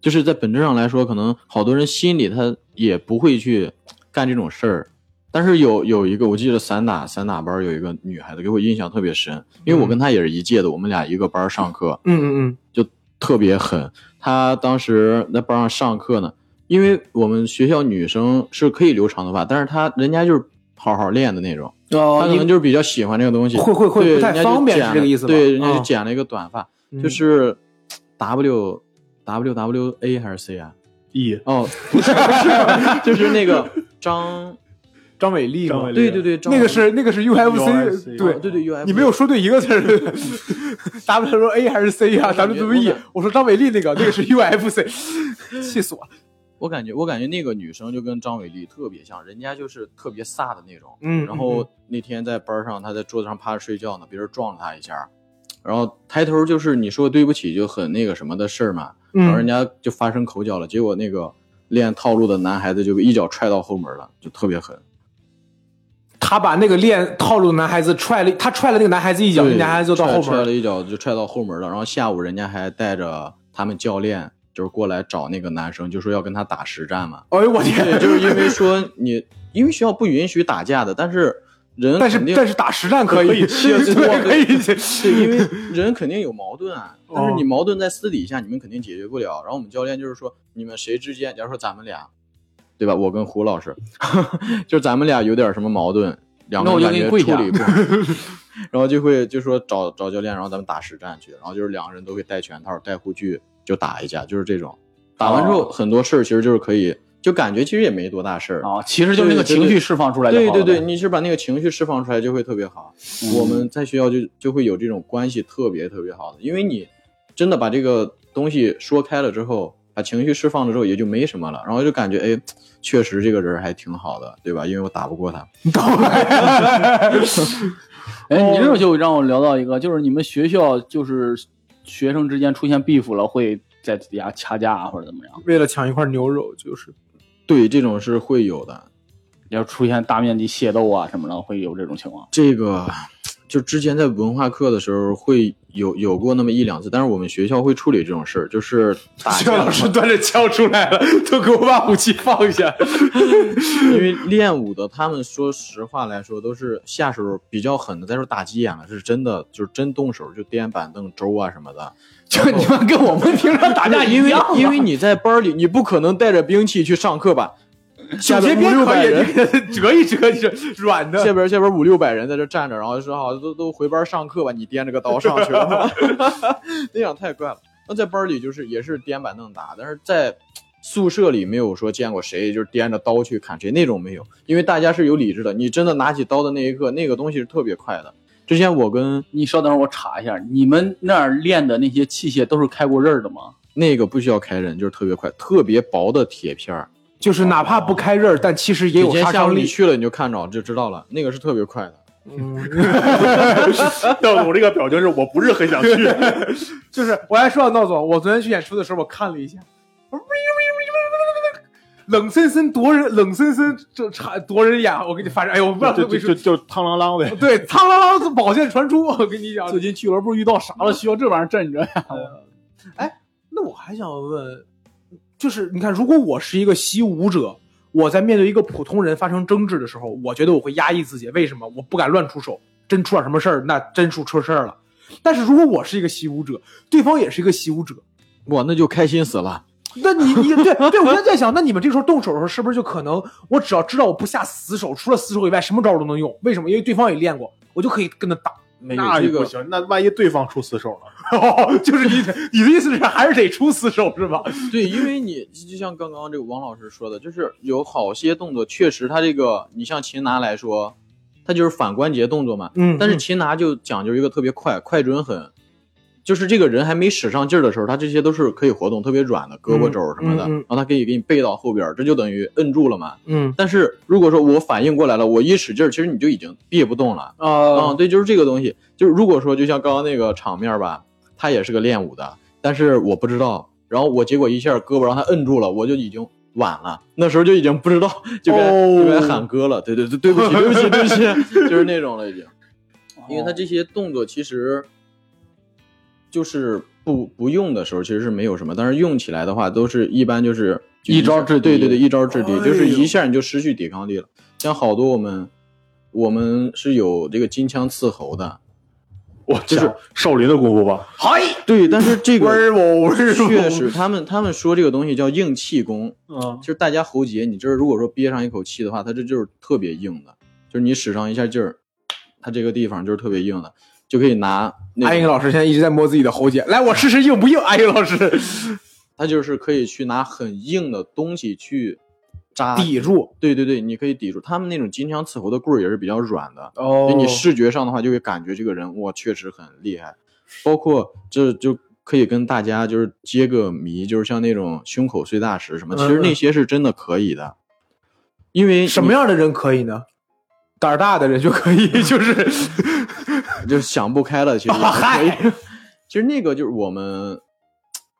就是在本质上来说，可能好多人心里他也不会去干这种事儿。但是有有一个，我记得散打散打班有一个女孩子给我印象特别深，因为我跟她也是一届的，我们俩一个班儿上课。
嗯嗯嗯，
就特别狠。他当时在班上上课呢，因为我们学校女生是可以留长头发，但是她人家就是好好练的那种，她
哦
可能就是比较喜欢这个东西，
会会会
对
不太
人家就
方便
剪
是这个意思吧
了对，人
嗯
家就剪了一个短发，就是 W W W A 还是 C 啊？
一
哦，不是，不是，就是那个张，
张伟丽
张
嘛
伟，丽
对对对，张
那个是那个是 UFC，
UFC
对
哦对对，U F，
你没有说对一个字儿，W A 还是 C 啊
我感觉我
WWE
感。
我说张伟丽那个，那个是 UFC，气死我了。
我感觉，我感觉那个女生就跟张伟丽特别像，人家就是特别飒的那种。
嗯
然后那天在班上，她在桌子上趴着睡觉呢，别人撞了她一下，然后抬头就是你说对不起就很那个什么的事儿嘛，然后人
嗯，
家就发生口角了，结果那个练套路的男孩子就被一脚踹到后门了，就特别狠。
他把那个练套路的男孩子踹了，他踹了那个男孩子一脚，那
对
男孩子就到
踹
后
踹了
门。
一脚就踹到后门了，然后下午人家还带着他们教练就是过来找那个男生，就说要跟他打实战嘛。
哎呦我
对，
天！
就是因为说你，因为学校不允许打架的，但是人
但是
肯定
但是打实战可
可
以，
以切
对，
磋
可以切。
对，因为人肯定有矛盾啊。
哦
但是你矛盾在私底下，你们肯定解决不了。然后我们教练就是说，你们谁之间，假如说咱们俩，对吧？我跟胡老师， 就是咱们俩有点什么矛盾，两个
那我
人
就
感
给你跪
觉处
下
理不好， 然后就会就说找找教练，然后咱们打实战去。然后就是两个人都会戴拳套、戴护具，就打一架，就是这种。打完之
哦
后，很多事儿其实就是可以，就感觉其实也没多大事儿。
啊，其实就是那个
对对
情绪
对
释放出来就
对
好了
对
呗。
对，你是把那个情绪释放出来，就会特别好。
嗯
我们在学校就就会有这种关系特别特别好的，因为你真的把这个东西说开了之后，把情绪释放了之后，也就没什么了。然后就感觉哎，确实这个人还挺好的，对吧？因为我打不过他。
哎，你这个就让我聊到一个，就是你们学校就是学生之间出现 beef 了，会在底下掐架啊，或者怎么样，
为了抢一块牛肉，就是
对，这种是会有的。
要出现大面积械斗啊什么的，会有这种情况。
这个就之前在文化课的时候会有有过那么一两次，但是我们学校会处理这种事儿，就是打
这
架
老
嘛。
师端着枪出来了，都给我把武器放下。
因为练武的，他们说实话来说都是下手比较狠的。再说打急眼了，是真的，就是真动手就颠板凳、周啊什么的。
就你们跟我们平常打架一
因为
样啊，
因为你在班里，你不可能带着兵器去上课吧？
小斜边可以，你给它 折一折，你这软
这
的。
边这边五六百人在这站着，然后就说好都都回班上课吧，你掂着个刀上 去了，那样太怪了。那在班里就是也是颠板凳打，但是在宿舍里没有说见过谁就是掂着刀去砍谁那种没有，因为大家是有理智的。你真的拿起刀的那一刻，那个东西是特别快的。之前我跟
你稍等会儿，我查一下，你们那儿练的那些器械都是开过刃儿的吗？
那个不需要开刃，就是特别快，特别薄的铁片儿，
就是哪怕不开刃儿，但其实也
以
有
前
杀
下午
伤
你
力。
去了你就看着就知道了，那个是特别快的。
但我这个表情是我不是很想 去，
就是我还说到闹总，我昨天去演出的时候，我看了一下，冷森森夺人，冷森森这差夺人眼，我给你反正，哎呦，我不知道怎
就
么回
就就
事。
就螳螂啷呗。
对，苍啷啷宝剑传出，我跟你讲，
最近俱乐部遇到啥了，需要这玩意儿镇着呀？
那我还想问，就是你看，如果我是一个习武者，我在面对一个普通人发生争执的时候，我觉得我会压抑自己，为什么？我不敢乱出手，真出点什么事儿，那真出出事儿了。但是如果我是一个习武者，对方也是一个习武者，
哇，那就开心死了。
那你你对对，我现在在想，那你们这时候动手的时候，是不是就可能我只要知道我不下死手，除了死手以外，什么招我都能用？为什么？因为对方也练过，我就可以跟他打。
没有
那
这
也
个
不行，那万一对方出死手呢？
哦，就是你你的意思是还是得出死手是吧？
对，因为你就像刚刚这个王老师说的，就是有好些动作，确实他这个，你像擒拿来说，他就是反关节动作嘛。
嗯
但是擒拿就讲究一个特别快，快准狠，就是这个人还没使上劲儿的时候，他这些都是可以活动，特别软的胳膊肘什么的，
嗯嗯嗯
然后他可以给你背到后边儿，这就等于摁住了嘛。
嗯
但是如果说我反应过来了，我一使劲儿，其实你就已经憋不动了。
啊
嗯，对，就是这个东西。就是如果说就像刚刚那个场面吧，他也是个练武的，但是我不知道，然后我结果一下胳膊让他摁住了，我就已经晚了，那时候就已经不知道就该、
哦
就该喊哥了。对对对，对不起，对不起，对不起， 就是那种了已经。因为
哦
他这些动作其实就是不不用的时候其实是没有什么，但是用起来的话都是一般就是就
一
下
招制敌
对对对，一招制敌，
哎呦
就是一下你就失去抵抗力了。像好多我们我们是有这个金枪刺喉的，
我
就是
少林的功夫吧？
嗨，
对，但是这个
我温
确实他们他们说这个东西叫硬气功，
嗯，
就是大家喉结，你这儿如果说憋上一口气的话，它这就是特别硬的，就是你使上一下劲儿，它这个地方就是特别硬的，就可以拿那
阿
个
英老师现在一直在摸自己的喉结，来，我试试硬不硬？阿英老师
它就是可以去拿很硬的东西去扎
抵住
对对对，你可以抵住。他们那种金枪刺喉的棍儿也是比较软的，
哦
就你视觉上的话就会感觉这个人哇确实很厉害。包括这就可以跟大家就是揭个谜，就是像那种胸口碎大石什么，其实
嗯嗯
那些是真的可以的，因为
什么样的人可以呢？胆儿大的人就可以， 就是啊
你就想不 开了，其实也是可以。其实那个就是我们，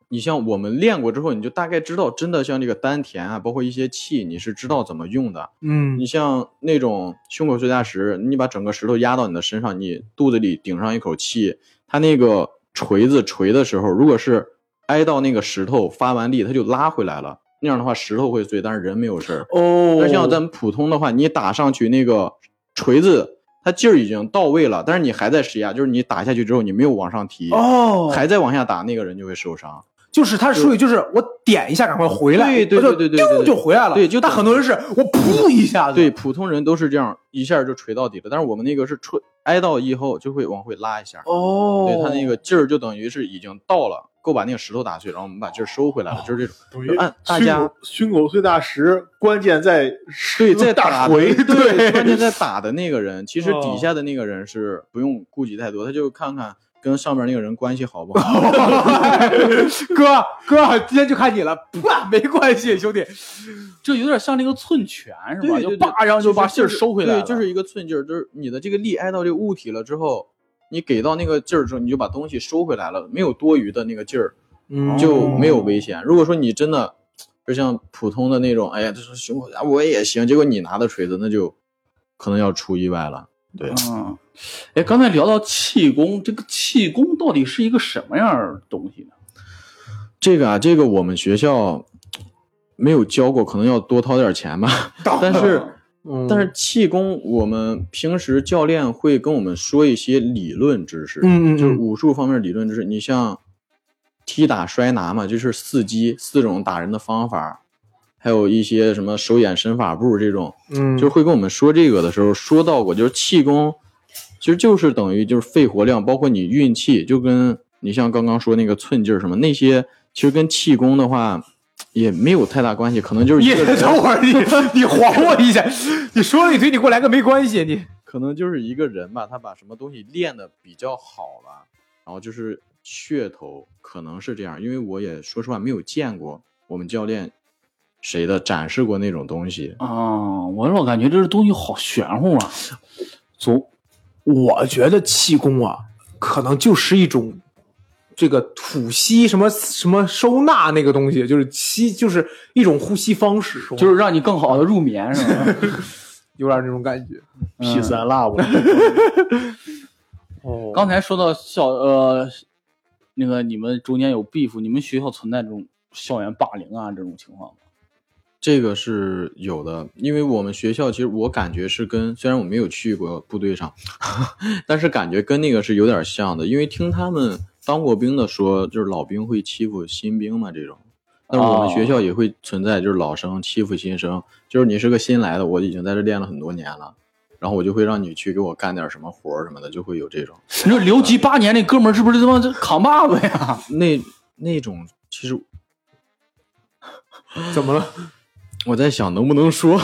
你像我们练过之后，你就大概知道，真的像这个丹田啊，包括一些气，你是知道怎么用的。
嗯
你像那种胸口碎大石，你把整个石头压到你的身上，你肚子里顶上一口气，它那个锤子锤的时候，如果是挨到那个石头发完力，它就拉回来了。那样的话，石头会碎，但是人没有事儿。
哦
但像咱们普通的话，你打上去那个锤子，它劲儿已经到位了，但是你还在施压，就是你打下去之后，你没有往上提，
哦，
还在往下打，那个人就会受伤。
就是他属于就是我点一下赶快回来，
对对对对对对
我就
对
丢就回来了。
对就
但很多人是我噗一下子，
对，，普通人都是这样，一下就锤到底了，但是我们那个是锤挨到以后就会往回拉一下。
哦，
对他那个劲儿就等于是已经到了，够把那个石头打碎，然后我们把劲儿收回来了，就是这种。
等
就按大家
胸口碎大石，关键在
对，在
大
打
锤，
的关键在打的那个人，其实底下的那个人是不用顾及太多，他就看看跟上面那个人关系好不好。
哥哥，今天就看你了， 不啊，没关系，兄弟，
这有点像那个寸拳是吧？
对对
就
对
叭，然后就把
其
信
实
儿收回来了。
对，就是一个寸劲儿，就是你的这个力挨到这个物体了之后，你给到那个劲儿之后，你就把东西收回来了，没有多余的那个劲儿，
嗯
就没有危险。如果说你真的就像普通的那种，哎呀，这是胸口啊，我也行，结果你拿的锤子，那就可能要出意外了。对，
嗯，哎，刚才聊到气功，这个气功到底是一个什么样儿的东西呢？
这个啊，这个我们学校没有教过，可能要多掏点钱吧。
哦
但 是，
嗯
嗯但是气功，我们平时教练会跟我们说一些理论知识，
嗯嗯嗯
就是武术方面的理论知识。你像踢打摔拿嘛，就是四击四种打人的方法，还有一些什么手眼身法步这种，
嗯
就是会跟我们说这个的时候说到过，就是气功，其实就是等于就是肺活量，包括你运气，就跟你像刚刚说那个寸劲儿什么那些，其实跟气功的话也没有太大关系，可能就是一
你
个人，
等会儿，你你晃我一下，你说了一堆，你给我来个没关系，你
可能就是一个人吧，他把什么东西练的比较好了，然后就是噱头可能是这样，因为我也说实话没有见过我们教练谁的展示过那种东西，
啊，我老感觉这东西好玄乎啊！
总，我觉得气功啊，可能就是一种这个吐息什么什么收纳那个东西，就是吸，就是一种呼吸方式，
就是是让你更好的入眠，是吧？
有点那种感觉。
P 三 Love，
哦
刚才说到校呃，那个你们中间有 beef，你们学校存在这种校园霸凌啊这种情况吗？
这个是有的，因为我们学校其实我感觉是跟虽然我没有去过部队上， 但是感觉跟那个是有点像的，因为听他们当过兵的说，就是老兵会欺负新兵嘛这种。但我们学校也会存在，就是老生欺负新生，就是你是个新来的，我已经在这练了很多年了，然后我就会让你去给我干点什么活儿什么的，就会有这种。
你说留级八年那哥们儿是不是他妈这扛把子 呀？
那那种其实
怎么了？
我在想能不能说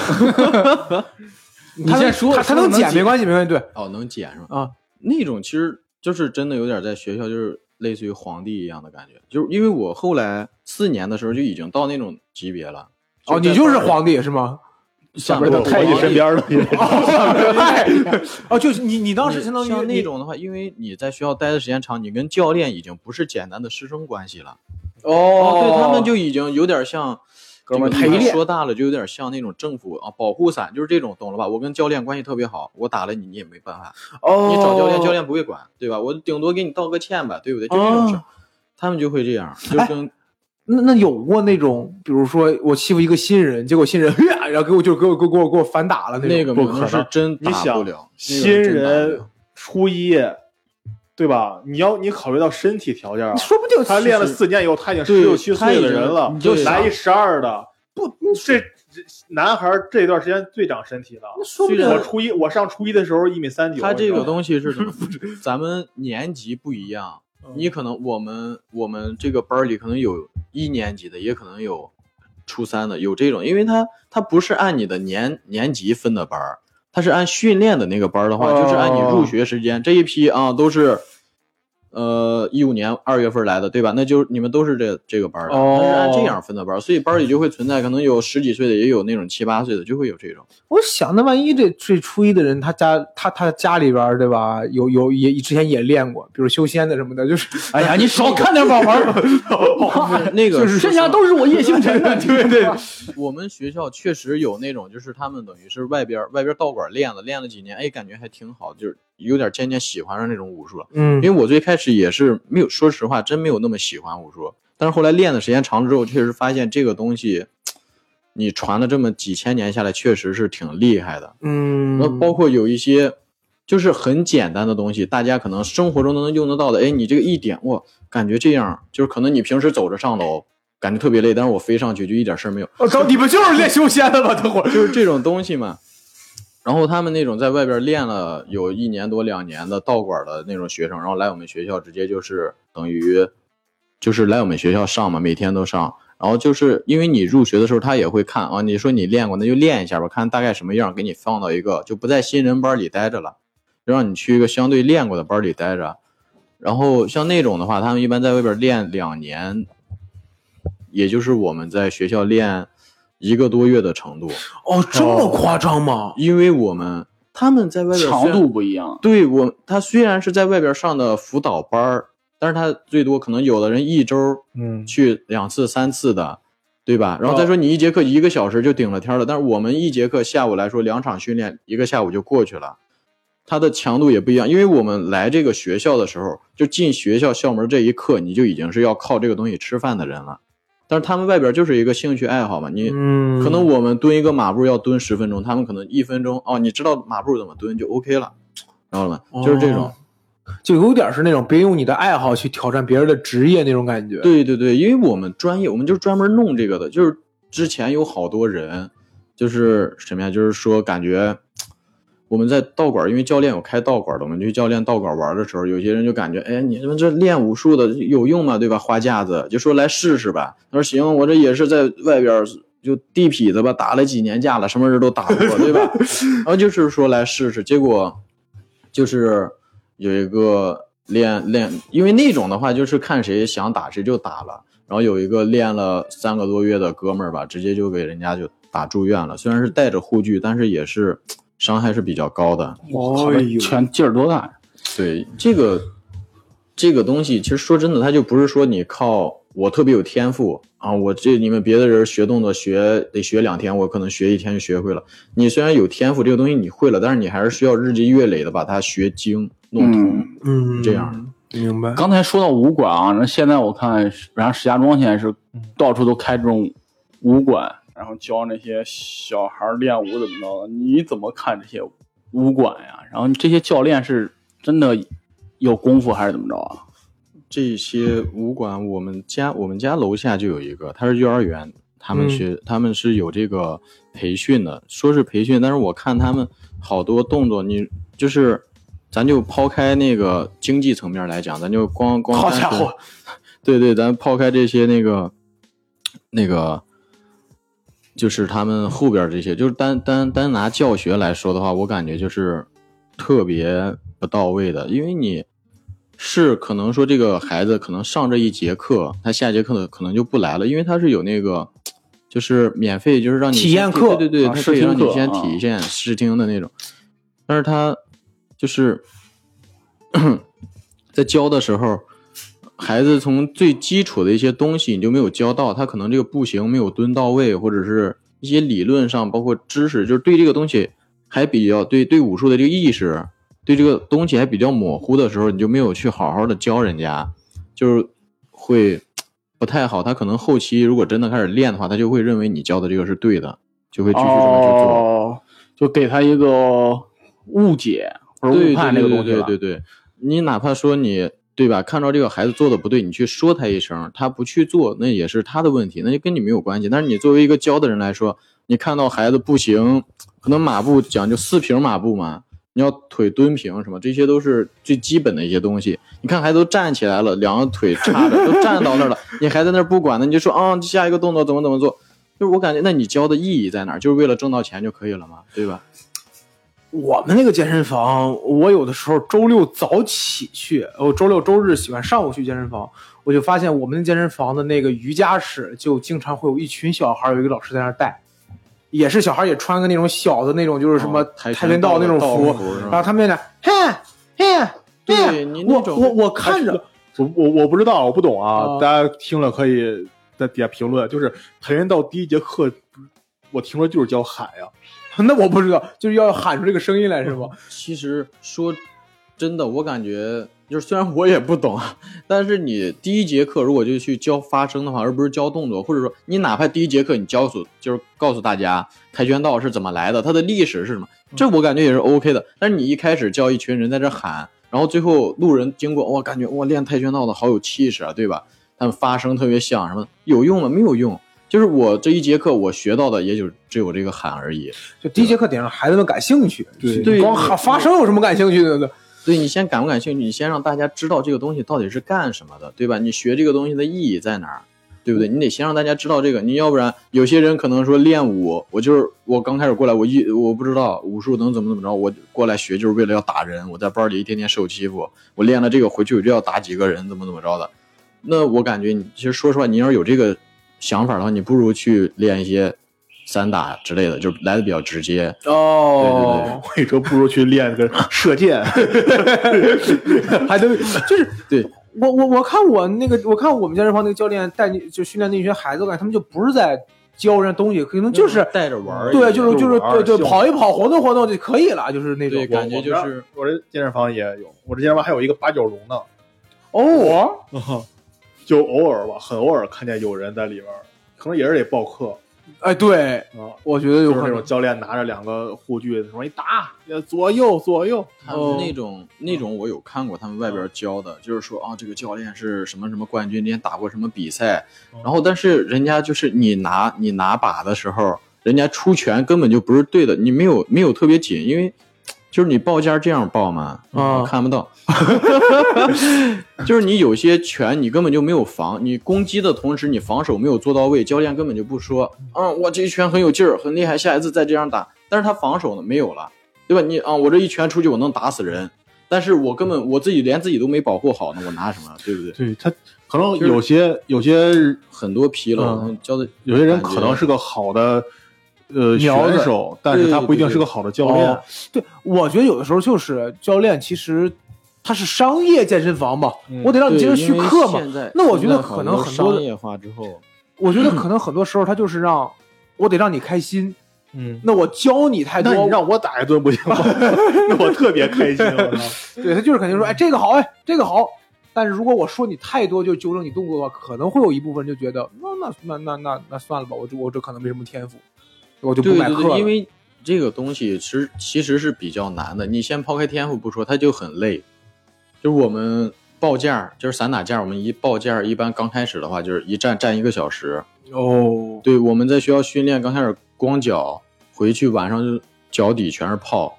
你先说
他他能
说
解没关系，没关系。对
哦能减是吧？
啊，
那种其实就是真的有点在学校就是类似于皇帝一样的感觉，就是因为我后来四年的时候就已经到那种级别了。
哦，
在
你就是
班儿
皇帝是吗？
算
不是
了
他抬
我我
你身边了，
哎， 哦，就是你你当时相当于
像那
你
种的话，因为你在学校待的时间长，你跟教练已经不是简单的师生关系了，
哦，
对他们就已经有点像。
哥们儿
这个
陪练
说大了就有点像那种政府啊保护伞，就是这种，懂了吧？我跟教练关系特别好，我打了你，你也没办法。
哦，
你找教练，教练不会管，对吧？我顶多给你道个歉吧，对不对？就这种
哦
事儿，他们就会这样，
哎
就跟
那那有过那种，比如说我欺负一个新人，结果新人 然后给我就给我给我给我给我反打了那种。
那个
哎不
可能
可
是
能
真
你
打不
想
了，那
新
个真打不
人
了
初一，对吧？你要你考虑到身体条件啊，
说不定
他练了四年以后，他已经十六七岁的人了
你，就
来
想
一十二的，不，这这男孩儿这段时间最长身体了。
说不定
我初一，我上初一的时候一米三九，
他这个
西
东西是什么？咱们年级不一样，你可能我们我们这个班儿里可能有一年级的，也可能有初三的，有这种，因为他他不是按你的年年级分的班儿，他是按训练的那个班儿的话，就是按你入学时间这一批啊都是。呃，一五年二月份来的，对吧？那就你们都是这这个班儿的，
哦
他是按这样分的班儿，所以班儿里就会存在可能有十几岁的，也有那种七八岁的，就会有这种。
我想，那万一这这初一的人，他家他他家里边儿对吧，有有也之前也练过，比如修仙的什么的，就是
哎呀，你少看点网文儿，
那个
这家都哎是我叶星辰的， 对对。
我们学校确实有那种，就是他们等于是外边儿外边儿道馆练了练了几年，哎，感觉还挺好，就是有点渐渐喜欢上那种武术了。
嗯
因为我最开始也是没有，说实话，真没有那么喜欢武术，但是后来练的时间长了之后，确实发现这个东西，你传了这么几千年下来，确实是挺厉害的。那
嗯，
包括有一些就是很简单的东西，大家可能生活中都能用得到的。哎，你这个一点，我感觉这样，就是可能你平时走着上楼，感觉特别累，但是我飞上去就一点事儿没有。
我靠，你们就是练修仙的吧？等会儿
就是这种东西嘛。然后他们那种在外边练了有一年多两年的道馆的那种学生，然后来我们学校直接就是等于就是来我们学校上嘛，每天都上。然后就是因为你入学的时候，他也会看啊，你说你练过，那就练一下吧，看大概什么样，给你放到一个就不在新人班里待着了，就让你去一个相对练过的班里待着。然后像那种的话，他们一般在外边练两年，也就是我们在学校练一个多月的程度。
哦，这么夸张吗？
因为我们他们在外边
强
虽然
度不一样，
对我，他虽然是在外边上的辅导班儿，但是他最多可能有的人一周
嗯，
去两次、三次的，对吧？然后再说你一节课一个小时就顶了天儿了，但是我们一节课下午来说两场训练，一个下午就过去了。它的强度也不一样，因为我们来这个学校的时候，就进学校校门这一刻，你就已经是要靠这个东西吃饭的人了。但是他们外边就是一个兴趣爱好嘛，你
嗯
可能我们蹲一个马步要蹲十分钟，他们可能一分钟哦，你知道马步怎么蹲就 OK 了，然后呢，就是这种。
哦就有点是那种别用你的爱好去挑战别人的职业那种感觉。
对对对，因为我们专业，我们就是专门弄这个的，就是之前有好多人，就是什么呀？就是说感觉我们在道馆，因为教练有开道馆的，我们去教练道馆玩的时候，有些人就感觉，哎，你们这练武术的有用吗？对吧？花架子就说来试试吧。他说行，我这也是在外边儿就地痞子吧，打了几年架了，什么人都打不过，对吧？然后就是说来试试，结果就是有一个练练，因为那种的话就是看谁想打谁就打了。然后有一个练了三个多月的哥们儿吧，直接就给人家就打住院了。虽然是带着护具，但是也是伤害是比较高的。
我靠，
哎
这拳劲儿多大呀！
对这个这个东西，其实说真的，它就不是说你靠我特别有天赋啊，我这你们别的人学动作学得学两天，我可能学一天就学会了。你虽然有天赋，这个东西你会了，但是你还是需要日积月累的把它学精弄通。
嗯
嗯
这样
明白。
刚才说到武馆啊，那现在我看，然后石家庄现在是到处都开这种武馆，然后教那些小孩儿练武怎么着的。你怎么看这些武馆呀？然后这些教练是真的有功夫还是怎么着啊？
这些武馆，我们家我们家楼下就有一个，他是幼儿园，他
嗯
们学、他们是有这个培训的，说是培训，但是我看他们好多动作，你就是，咱就抛开那个经济层面来讲，咱就光光
好家伙，
对对，咱抛开这些那个那个，就是他们后边这些，就是单单单拿教学来说的话，我感觉就是特别不到位的，因为你是可能说这个孩子可能上这一节课，他下节课呢可能就不来了，因为他是有那个就是免费，就是让你
体
先
验
体
课
对对对，
啊
他
试
可以
听
让你
课
先
啊
体验试听的那种，但是他就是。在教的时候，孩子从最基础的一些东西你就没有教到，他可能这个步行没有蹲到位，或者是一些理论上包括知识，就是对这个东西还比较对对武术的这个意识，对这个东西还比较模糊的时候，你就没有去好好的教人家，就是会不太好。他可能后期如果真的开始练的话，他就会认为你教的这个是对的，就会继续这么去做。
哦，就给他一个误解或者
对
误判这
对
个
对
东西
对
了。
对对，你哪怕说你对吧，看到这个孩子做的不对，你去说他一声，他不去做，那也是他的问题，那就跟你没有关系。但是你作为一个教的人来说，你看到孩子不行，可能马步讲究四平马步嘛，你要腿蹲平什么，这些都是最基本的一些东西。你看孩子都站起来了，两个腿叉着都站到那儿了， 你还在那儿不管呢，你就说啊、下一个动作怎么怎么做。就是我感觉，那你教的意义在哪儿？就是为了挣到钱就可以了嘛，对吧？
我们那个健身房，我有的时候周六早起去，我周六周日喜欢上午去健身房，我就发现我们那健身房的那个瑜伽室，就经常会有一群小孩儿，有一个老师在那儿带，也是小孩儿也穿个那种小的那种，就是什么
哦跆
跆拳道那种
道
服，
服是吧
然后他们在那嘿嘿
对
嘿，
你那
我
种
我我看着
我我我不知道，我不懂啊，
啊
大家听了可以在底下评论。就是跆拳道第一节课，我听说就是教啊喊呀、
那我不知道，就是要喊出这个声音来是吗？
其实说真的，我感觉就是虽然我也不懂，啊，但是你第一节课如果就去教发声的话，而不是教动作，或者说你哪怕第一节课你教诉就是告诉大家跆拳道是怎么来的，它的历史是什么，这我感觉也是 OK 的。但是你一开始叫一群人在这喊，然后最后路人经过，哇，感觉哇练跆拳道的好有气势啊，对吧？他们发声特别像什么，有用吗？没有用。就是我这一节课我学到的，也就只有这个喊而已。
就第一节课得让孩子们感兴趣，
对
你
对
光喊发声有什么感兴趣的呢？
对你先感不感兴趣？你先让大家知道这个东西到底是干什么的，对吧？你学这个东西的意义在哪儿，对不对？你得先让大家知道这个，你要不然有些人可能说练武，我就是我刚开始过来，我一我不知道武术能怎么怎么着，我过来学就是为了要打人，我在班里一天天受欺负，我练了这个回去我就要打几个人，怎么怎么着的。那我感觉你其实说实话，你要是有这个想法的话，你不如去练一些散打之类的，就是来的比较直接。
哦，
对
我跟你说，不如去练个射箭。
还 得就是
对
我我我看我那个我看我们健身房那个教练带你就训练那群孩子，我感觉他们就不是在教人家东西，可能就是
嗯带着玩儿一样，
对，就是就是
玩儿
对对
兴趣
跑一跑活动活动就可以了，就是那种
对感觉
我
就
们
是
我这健身房也有，我这健身房还有一个八角笼呢。
哦，啊
就偶尔吧，很偶尔看见有人在里边儿，可能也是得报课，
哎，对，
啊，
我觉得有
就是
可
那
能
种。教练拿着两个护具，什么一打，呃左右左右，
他们那种那种我有看过，他们外边教的，就是说啊，这个教练是什么什么冠军，之前打过什么比赛，然后但是人家就是你拿你拿把的时候，人家出拳根本就不是对的，你没有没有特别紧，因为就是你报价这样报嘛，
啊
我看不到， 就是你有些拳你根本就没有防，你攻击的同时你防守没有做到位，教练根本就不说，嗯，我这一拳很有劲儿，很厉害，下一次再这样打，但是他防守呢没有了。对吧？你啊，我这一拳出去，我能打死人，但是我根本我自己连自己都没保护好呢，我拿什么？对不对？
对他可能有些有些
很多疲劳，
嗯
教的
有些人可能是个好的呃
苗子
选手，但是他不一定是个好的教练。
哦对，我觉得有的时候就是教练，其实他是商业健身房嘛，
嗯
我得让你接着续课嘛。
嘛
那我觉得可能很多的
商业化之后，
我 觉得可能很多时候他就是让我得让你开心，
嗯，
那我教你太多
哎那，你让我打一顿不行吗？那我特别开心。我操
对他就是肯定说，哎，这个好，哎，这个好。但是如果我说你太多就纠正你动作的话，可能会有一部分就觉得，那那那那那那算了吧，我这我这可能没什么天赋，我就不
对
买
对
课了。
对，因为这个东西其实其实是比较难的。你先抛开天赋不说，它就很累。就是我们报价，就是散打架，我们一报价，一般刚开始的话就是一站站一个小时，
哦，
对，我们在学校训练刚开始光脚，回去晚上就脚底全是泡，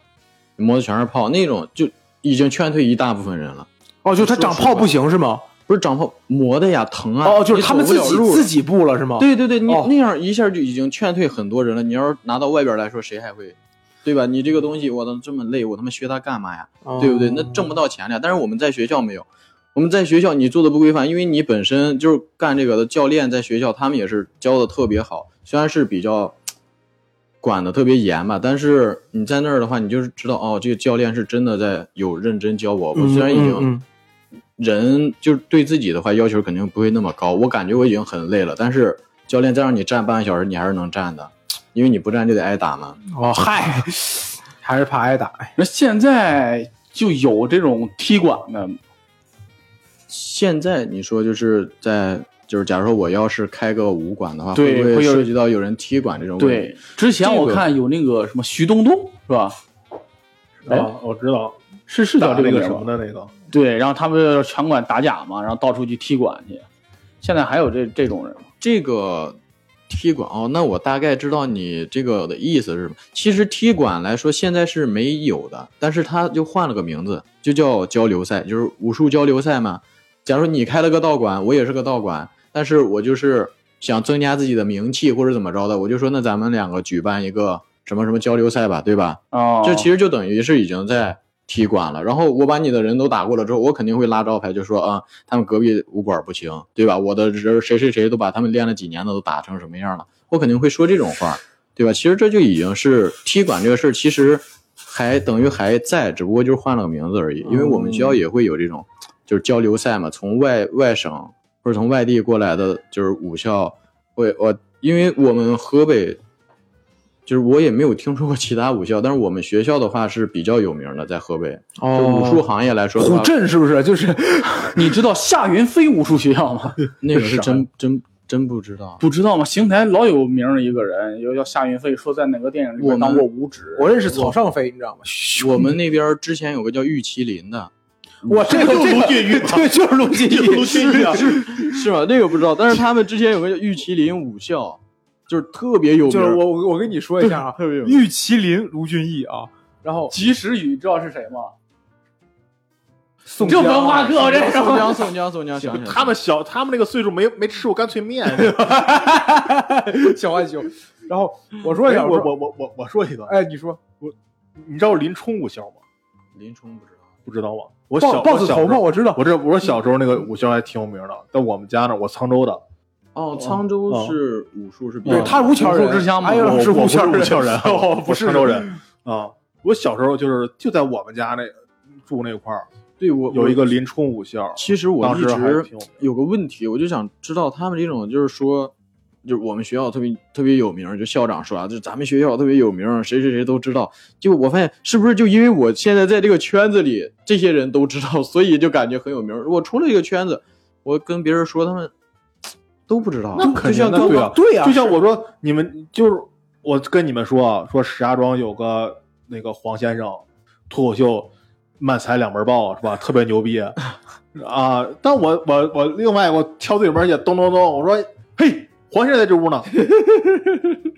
磨的全是泡，那种就已经劝退一大部分人了。
哦，就他长
说
泡
实话
不行是吗？
不是长泡磨的呀，疼啊！
哦，就是
你
他们
走
自己
不了路
自己布了是吗？，
对对对，你、
哦
那样一下就已经劝退很多人了。你要是拿到外边来说，谁还会，对吧？你这个东西，我操，这么累，我他妈学它干嘛呀？
哦
对不对？那
嗯
挣不到钱了呀。但是我们在学校没有，我们在学校你做的不规范，因为你本身就是干这个的教练，在学校他们也是教的特别好，虽然是比较管的特别严吧，但是你在那儿的话，你就是知道哦，这个教练是真的在有认真教我。我虽然已经、
嗯嗯
人就是对自己的话要求肯定不会那么高，我感觉我已经很累了，但是教练再让你站半个小时，你还是能站的，因为你不站就得挨打嘛。
嗯哦，嗨，还是怕挨打。哎
那现在就有这种踢馆的，
现在你说就是在就是，假如说我要是开个武馆的话，
对
会不
会
会
有
涉及到有人踢馆这种问题？
对，之前我
这个
看有那个什么徐冬冬是吧？哎
啊，我知道，
是是叫
打
这
那
名
个
字
什
吧
么的那个，
对，然后他们拳馆打假嘛，然后到处去踢馆去。现在还有这这种人吗？
这个踢馆哦，那我大概知道你这个的意思是什么。其实踢馆来说，现在是没有的，但是它就换了个名字，就叫交流赛，就是武术交流赛嘛。假如你开了个道馆，我也是个道馆，但是我就是想增加自己的名气或者怎么着的，我就说那咱们两个举办一个什么什么交流赛吧，对吧？
哦，
这其实就等于是已经在踢馆了。然后我把你的人都打过了之后，我肯定会拉招牌，就说啊、他们隔壁武馆不行，对吧？我的人谁谁谁都把他们练了几年的都打成什么样了，我肯定会说这种话，对吧？其实这就已经是踢馆这个事儿，其实还等于还在，只不过就是换了个名字而已。因为我们学校也会有这种，就是交流赛嘛，从外外省或者从外地过来的，就是武校。我我因为我们河北就是我也没有听说过其他武校，但是我们学校的话是比较有名的，在河北，就武术行业来说的话，
虎镇是不是就是。
你知道夏云飞武术学校吗？
那个是真真真不知道。
不知道吗？邢台老有名儿的一个人，有叫夏云飞，说在哪个电影里
我
面
们
当过武指
我认识草上飞，你知道吗？
我们那边之前有个叫玉麒麟的，
我 这个这个对，就是卢俊
就是卢俊 义啊
是 是吧？那个不知道，但是他们之前有个叫玉麒麟武校，就是特别有名。
就是 我我我跟你说一 下啊，
特别有名。
玉麒麟卢俊义啊，然后
及时雨，知道是谁吗？
宋
这
江
文化课这是
宋江，宋江，宋江，想起来了
他们小，他们那个岁数没没吃过干脆 面。哎
小浣熊，然后我说一
哎
下，
我
说
我我我我说一个，
哎，你说
你知道林冲武校吗？
林冲不知道，
不知道吗？我
豹
小
豹子头吗？
我
我知道
小时候，我这我小时候那个武校还挺有名的，在我们家那儿，我沧州的，
哦，沧州
哦
是武术是比较
对，他是吴桥
武
人，
术之乡嘛
哎
我
呦，
我
吴
不是
桥，
武校人啊我
哦，
不
不
是
是
沧州人啊。我小时候就是就在我们家那住那块儿，
对我
有一个林冲武校，
其实我
当
一
时还
直
挺有名
有个问题，我就想知道他们这种就是说，就是我们学校特别特别有名，就校长说啊，就是咱们学校特别有名，谁谁谁都知道。结果我发现是不是就因为我现在在这个圈子里，这些人都知道，所以就感觉很有名。我出了一个圈子，我跟别人说他们都都不知道。
那肯
就
定
像
的，
跟
对啊，
对啊
就像我说，你们就是我跟你们说啊，说石家庄有个那个黄先生，脱口秀漫才两门爆是吧？特别牛逼啊！但我我我另外我敲对门去，咚咚咚，我说嘿，黄先生在这屋呢，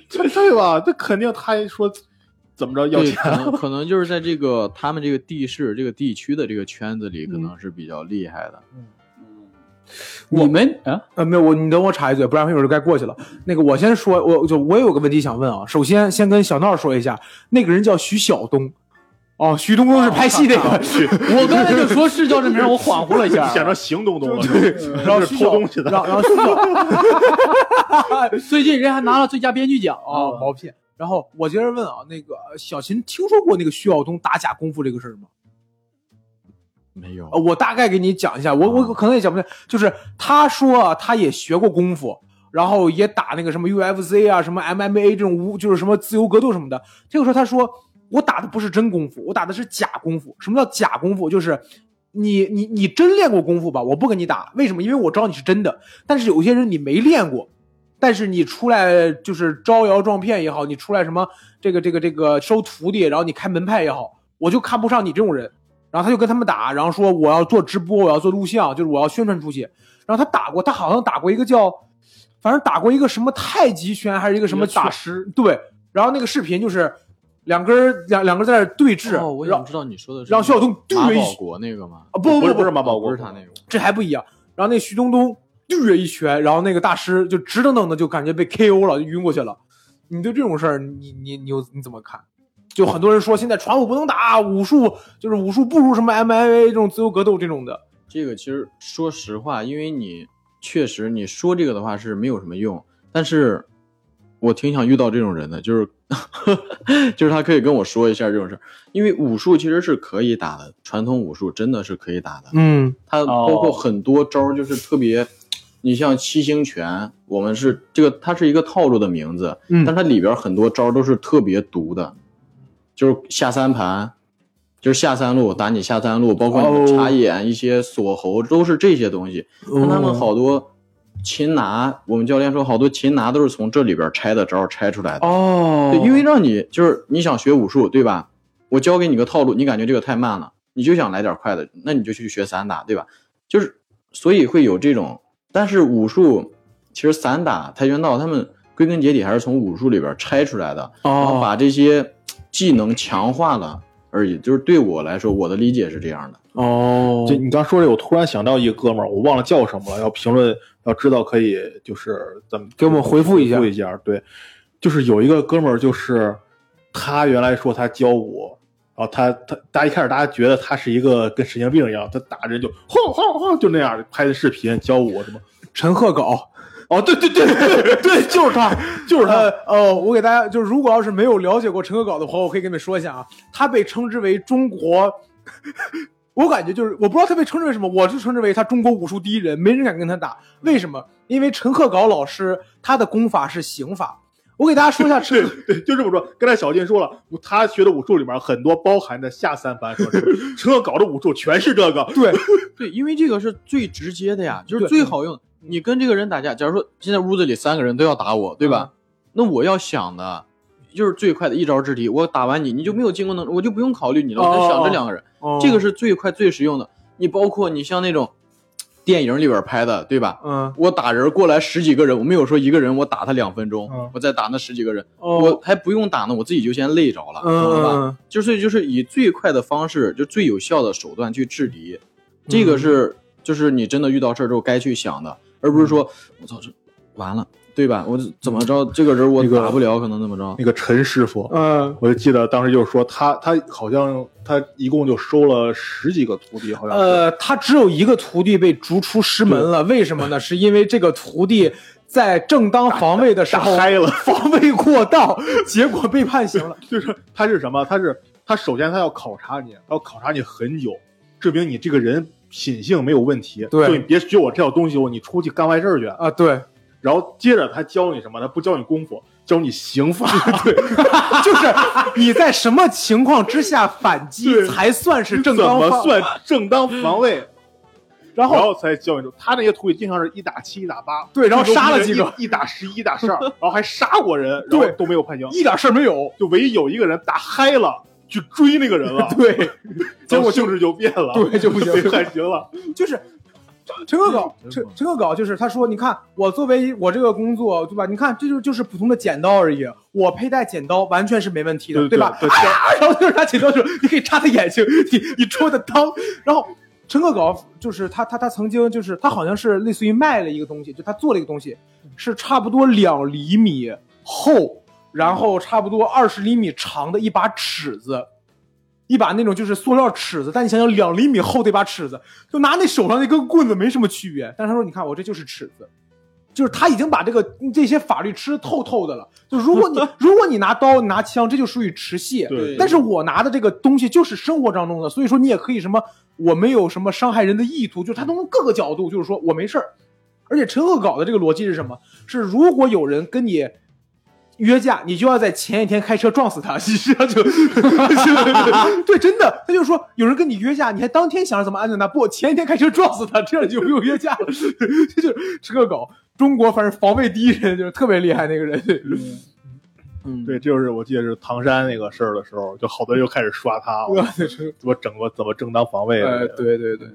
这对吧？这肯定他一说怎么着要
对，
钱
可能可能就是在这个他们这个地市、这个地区的这个圈子里，可能是比较厉害的。
你们啊，
呃，没有，我你等我插一嘴，不然一会儿就该过去了。那个，我先说，我就我有个问题想问啊。首先，先跟小闹说一下，那个人叫徐晓东，哦，徐东东是拍戏那个，
去，，
我刚才就说是叫这名儿，我恍惚了一下
显着行东东了，
啊对
是吧
然后
这
徐
是
晓
偷东西的，
然后然后徐晓，
最近人还拿了最佳编剧奖
哦，毛片。然后我接着问啊，那个小秦听说过那个徐晓东打假功夫这个事儿吗？
没有
呃，，我大概给你讲一下，我我
啊
可能也讲不太，就是他说啊，他也学过功夫，然后也打那个什么 UFC 啊，什么 MMA 这种无就是什么自由格斗什么的。这个时候他说，我打的不是真功夫，我打的是假功夫。什么叫假功夫？就是。你你你真练过功夫吧？我不跟你打，为什么？因为我知道你是真的。但是有些人你没练过，但是你出来就是招摇撞骗也好，你出来什么这个这个这个收徒弟，然后你开门派也好，我就看不上你这种人。然后他就跟他们打，然后说我要做直播，我要做录像，就是我要宣传出去。然后他打过，他好像打过一个叫，反正打过一个什么太极拳还是一个什么
一个大
师，对。然后那个视频就是两根儿两两个人在那儿对峙，
哦，我
然
想
后
知道你说的是
让徐晓东
马
对一
保
拳
国那个吗？
啊不
不
不
是
不
是马保
不
国，
是他那个，
这还不一样。然后那徐冬冬对一拳，然后那个大师就直愣愣的就感觉被 KO 了，就晕过去了。你对这种事儿，你你你有你怎么看？就很多人说现在传武不能打，武术就是武术不如什么 MMA 这种自由格斗这种的。
这个其实说实话，因为你确实你说这个的话是没有什么用，但是我挺想遇到这种人的，就是就是 他可以跟我说一下这种事儿，因为武术其实是可以打的，传统武术真的是可以打的，
嗯，
它包括很多招儿就是特别。你像七星拳，我们是这个，它是一个套路的名字，
嗯
但它里边很多招儿都是特别毒的，就是下三盘，就是下三路打你下三路，包括你
哦
的插眼、一些锁喉，都是这些东西。但他们好多擒拿，我们教练说好多擒拿都是从这里边拆的招儿拆出来的。
哦
对，因为让你就是你想学武术，对吧？我教给你个套路，你感觉这个太慢了，你就想来点快的，那你就去学散打，对吧？就是所以会有这种，但是武术其实散打、跆拳道他们归根结底还是从武术里边拆出来的，然后
哦，
把这些技能强化了而已。就是对我来说，我的理解是这样的。
哦
就你刚 说这，我突然想到一个哥们儿，我忘了叫什么了。要评论，要知道可以就是咱们
给我们回复一下
回复一下。对，就是有一个哥们儿，就是他原来说他教我，然后他他大家一开始大家觉得他是一个跟神经病一样，他打人就轰轰轰就那样拍的视频教我什么。
陈鹤镐。
哦，对对对对对，就是他，就是他
呃。哦，我给大家就是，如果要是没有了解过陈鹤镐的话，我可以跟你们说一下啊，他被称之为中国， 我感觉就是我不知道他被称之为什么，我就称之为他中国武术第一人，没人敢跟他打。为什么？因为陈鹤镐老师他的功法是刑法。我给大家说一下陈，
对，就这么说。刚才小金说了，他学的武术里面很多包含着下三盘，说 是陈赫搞的武术全是这个。
对，
对，因为这个是最直接的呀，就是
对
最好用。你跟这个人打架，假如说现在屋子里三个人都要打我，对
嗯
吧？那我要想的，就是最快的一招制敌。我打完你，你就没有进攻能力，我就不用考虑你了，我就想这两个人，
哦
这个
是
是最快最实用的。你包括你像那种电影里边拍的，对吧？
嗯，
我打人过来十几个人，我没有说一个人我打他两分钟，
嗯
我再打那十几个人，
哦
我，还不用打呢，我自己就先累着了，懂了吧？
嗯，
就是就是以最快的方式，就最有效的手段去制敌，这
嗯
个是就是你真的遇到事儿之后该去想的，而不是说
嗯
我操这完了，对吧？我怎么着这个人我
那个
打不了，可能怎么着？
那个陈师傅，
嗯，
我就记得当时就是说他，他好像他一共就收了十几个徒弟，好像是。
呃，他只有一个徒弟被逐出师门了，为什么呢？是因为这个徒弟在正当防卫的时候
打嗨了
防卫过当，结果被判刑了。
就是他是什么？他是他首先他要考察你，他要考察你很久，证明你这个人品性没有问题。
对
就你别学我这套东西，我你出去干坏事儿去。
啊，对，
然后接着他教你什么？他不教你功夫，教你 刑法。对，
就是你在什么情况之下反击
对
才算是正
怎
当
么
防？
算正当防卫？
然后
后才教你。他那些徒弟经常是一打七、一打八，
对然后杀了几个
最终一人一，一打十、一打十二，然后还杀过人，然后
对
都没有判刑，
一点事儿没有。，
就唯一有一个人打嗨了。去追那个人了
对，结
然后
果
性质就变了，
对就不行
被判刑 了。
就是陈可搞，陈陈可搞就是他说，你看我作为我这个工作，对吧？你看这就就是普通的剪刀而已，我佩戴剪刀完全是没问题的，
对
吧？
对
啊，然后就是拿剪刀的时候，你可以插他眼睛，你你戳他裆，然后。陈可搞就是他，他他曾经就是他好像是类似于卖了一个东西，就他做了一个东西，是差不多两厘米厚，然后差不多二十厘米长的一把尺子，一把那种就是塑料尺子，但你想想两厘米厚的一把尺子，就拿那手上那根棍子没什么区别。但是他说，你看我这就是尺子，就是他已经把这个嗯这些法律吃透透的了。就如果你 如果你拿刀你拿枪，这就属于持械。
对
但是我拿的这个东西就是生活当中的，所以说你也可以什么，我没有什么伤害人的意图，就是他从各个角度，就是说我没事儿。而且陈赫搞的这个逻辑是什么？是如果有人跟你约架，你就要在前一天开车撞死他， 实际上就对，真的，他就 说有人跟你约架，你还当天想着怎么安顿他，不，前一天开车撞死他，这样你就不用约架了。 这就是陈赫搞中国，反正防卫第一人就是特别厉害那个人。
嗯，
对，这就是我记得是唐山那个事儿的时候，就好多人就开始刷他，我
对，陈
怎么整个怎么正当防卫的
哎
呃，对对对，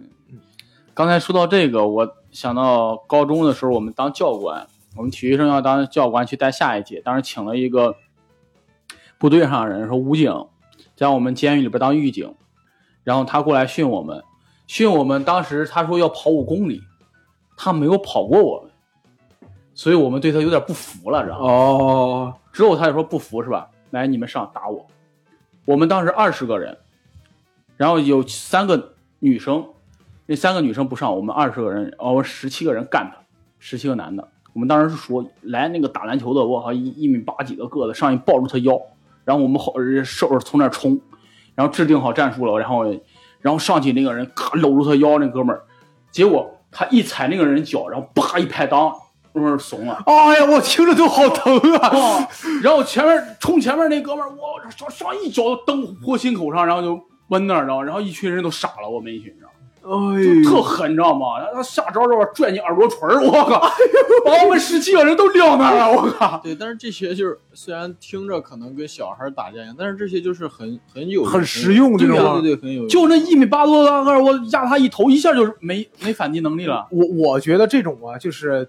刚才说到这个，我想到高中的时候，我们当教官，我们体育生要当教官去带下一届，当时请了一个部队上的人，说武警，在我们监狱里边当狱警，然后他过来训我们，训我们，当时他说要跑五公里，他没有跑过我们，所以我们对他有点不服了，知道吗？
哦，
之后他就说不服是吧？来，你们上打我。我们当时二十个人，然后有三个女生，那三个女生不上，我们二十个人，哦，十七个人干他，十七个男的。我们当时是说，来那个打篮球的，我靠，一一米八几的个子，上去抱住他腰，然后我们后呃手从那儿冲，然后制定好战术了，然后然后上去那个人咔搂住他腰，那哥们儿，结果他一踩那个人脚，然后啪一拍裆，哥们儿怂了。
哎呀，我听着都好疼啊！
哦，然后前面冲前面那哥们儿，我上上一脚蹬豁心口上，然后就闷那儿，然后然后一群人都傻了，我们一群人。
哎
就特
呦，
狠，你知道吗？然后他下招之后拽你耳朵垂儿，我靠，把我们十七个人都撂那儿了，我靠，
对，但是这些就是虽然听着可能跟小孩打架一样，但是这些就是很很有
很实用
对
这种
呀
啊
对对，很有用。
就那一米八多的大个儿，我压他一头，一下就没没反击能力了。
我我觉得这种啊，就是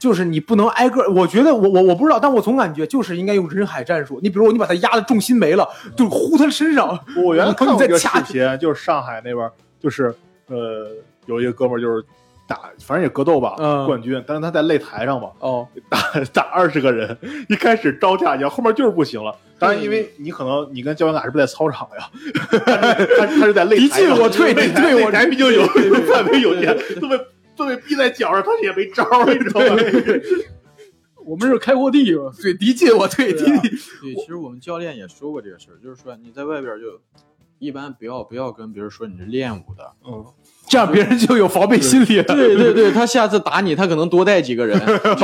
就是你不能挨个儿，我觉得我我我不知道，但我总感觉就是应该用人海战术。你比如你把他压的重心没了，就呼他身
哦
上，
我原来看过一个视
然后 你
频，就是上海那边儿，就是呃，有一个哥们儿就是打，反正也格斗吧，
嗯
冠军，但是他在擂台上嘛，
哦，
打打二十个人，一开始招架一样，后面就是不行了。当然，因为你可能你跟教练卡是不是在操场呀？ 他他是在
敌
擂台上，
进我退
擂台
敌退我
擂台毕竟有范围有限，都被都被逼在脚上，他也没招儿，你知道吗？
我们是开阔地，
对，敌进我退，敌
对啊
进
对，其实我们教练也说过这个事儿，就是说你在外边儿就一般不要不要跟别人说你是练武的。
这样别人就有防备心理 了。
对对对，他下次打你，他可能多带几 个人，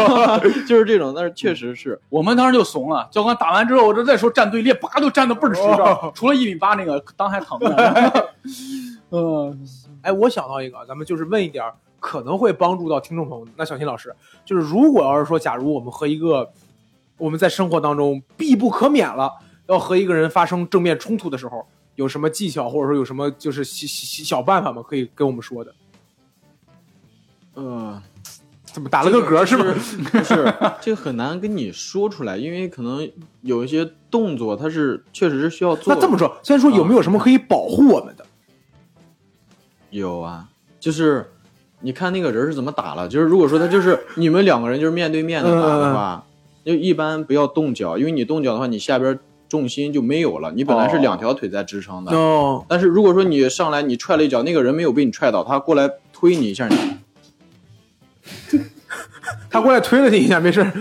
就是这种。但是确实是，
我们当时就怂了。教官打完之后，我这再说站队列，叭都站的倍儿直
哦
的，除了一米八那个裆还疼呢。呃
嗯，哎，我想到一个，咱们就是问一点儿可能会帮助到听众朋友们。那小新老师，就是如果要是说，假如我们和一个我们在生活当中必不可免了要和一个人发生正面冲突的时候，有什么技巧，或者说有什么就是小小小办法吗？可以跟我们说的？
嗯、
怎么打了个嗝是吧？
不是，这个很难跟你说出来，因为可能有一些动作，它是确实是需要做。
那这么说，先说有没有什么可以保护我们的？
有啊，就是你看那个人是怎么打了，就是如果说他就是你们两个人就是面对面的打的
嗯
话，就一般不要动脚，因为你动脚的话，你下边重心就没有了，你本来是
哦
两条腿在支撑的。
哦，
但是如果说你上来你踹了一脚，那个人没有被你踹倒，他过来推你一下，你
嗯他过来推了你一下，没事儿。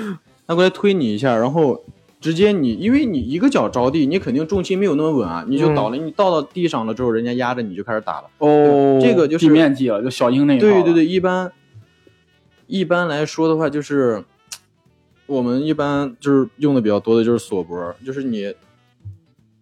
他过来推你一下，然后直接你，因为你一个脚着地，你肯定重心没有那么稳啊，你就倒了。你倒到地上了之后，人家压着你就开始打了。
哦
这个就是
地面技了，就小鹰那一套
对
了。
对对，一般一般来说的话，就是我们一般就是用的比较多的就是锁脖，就是你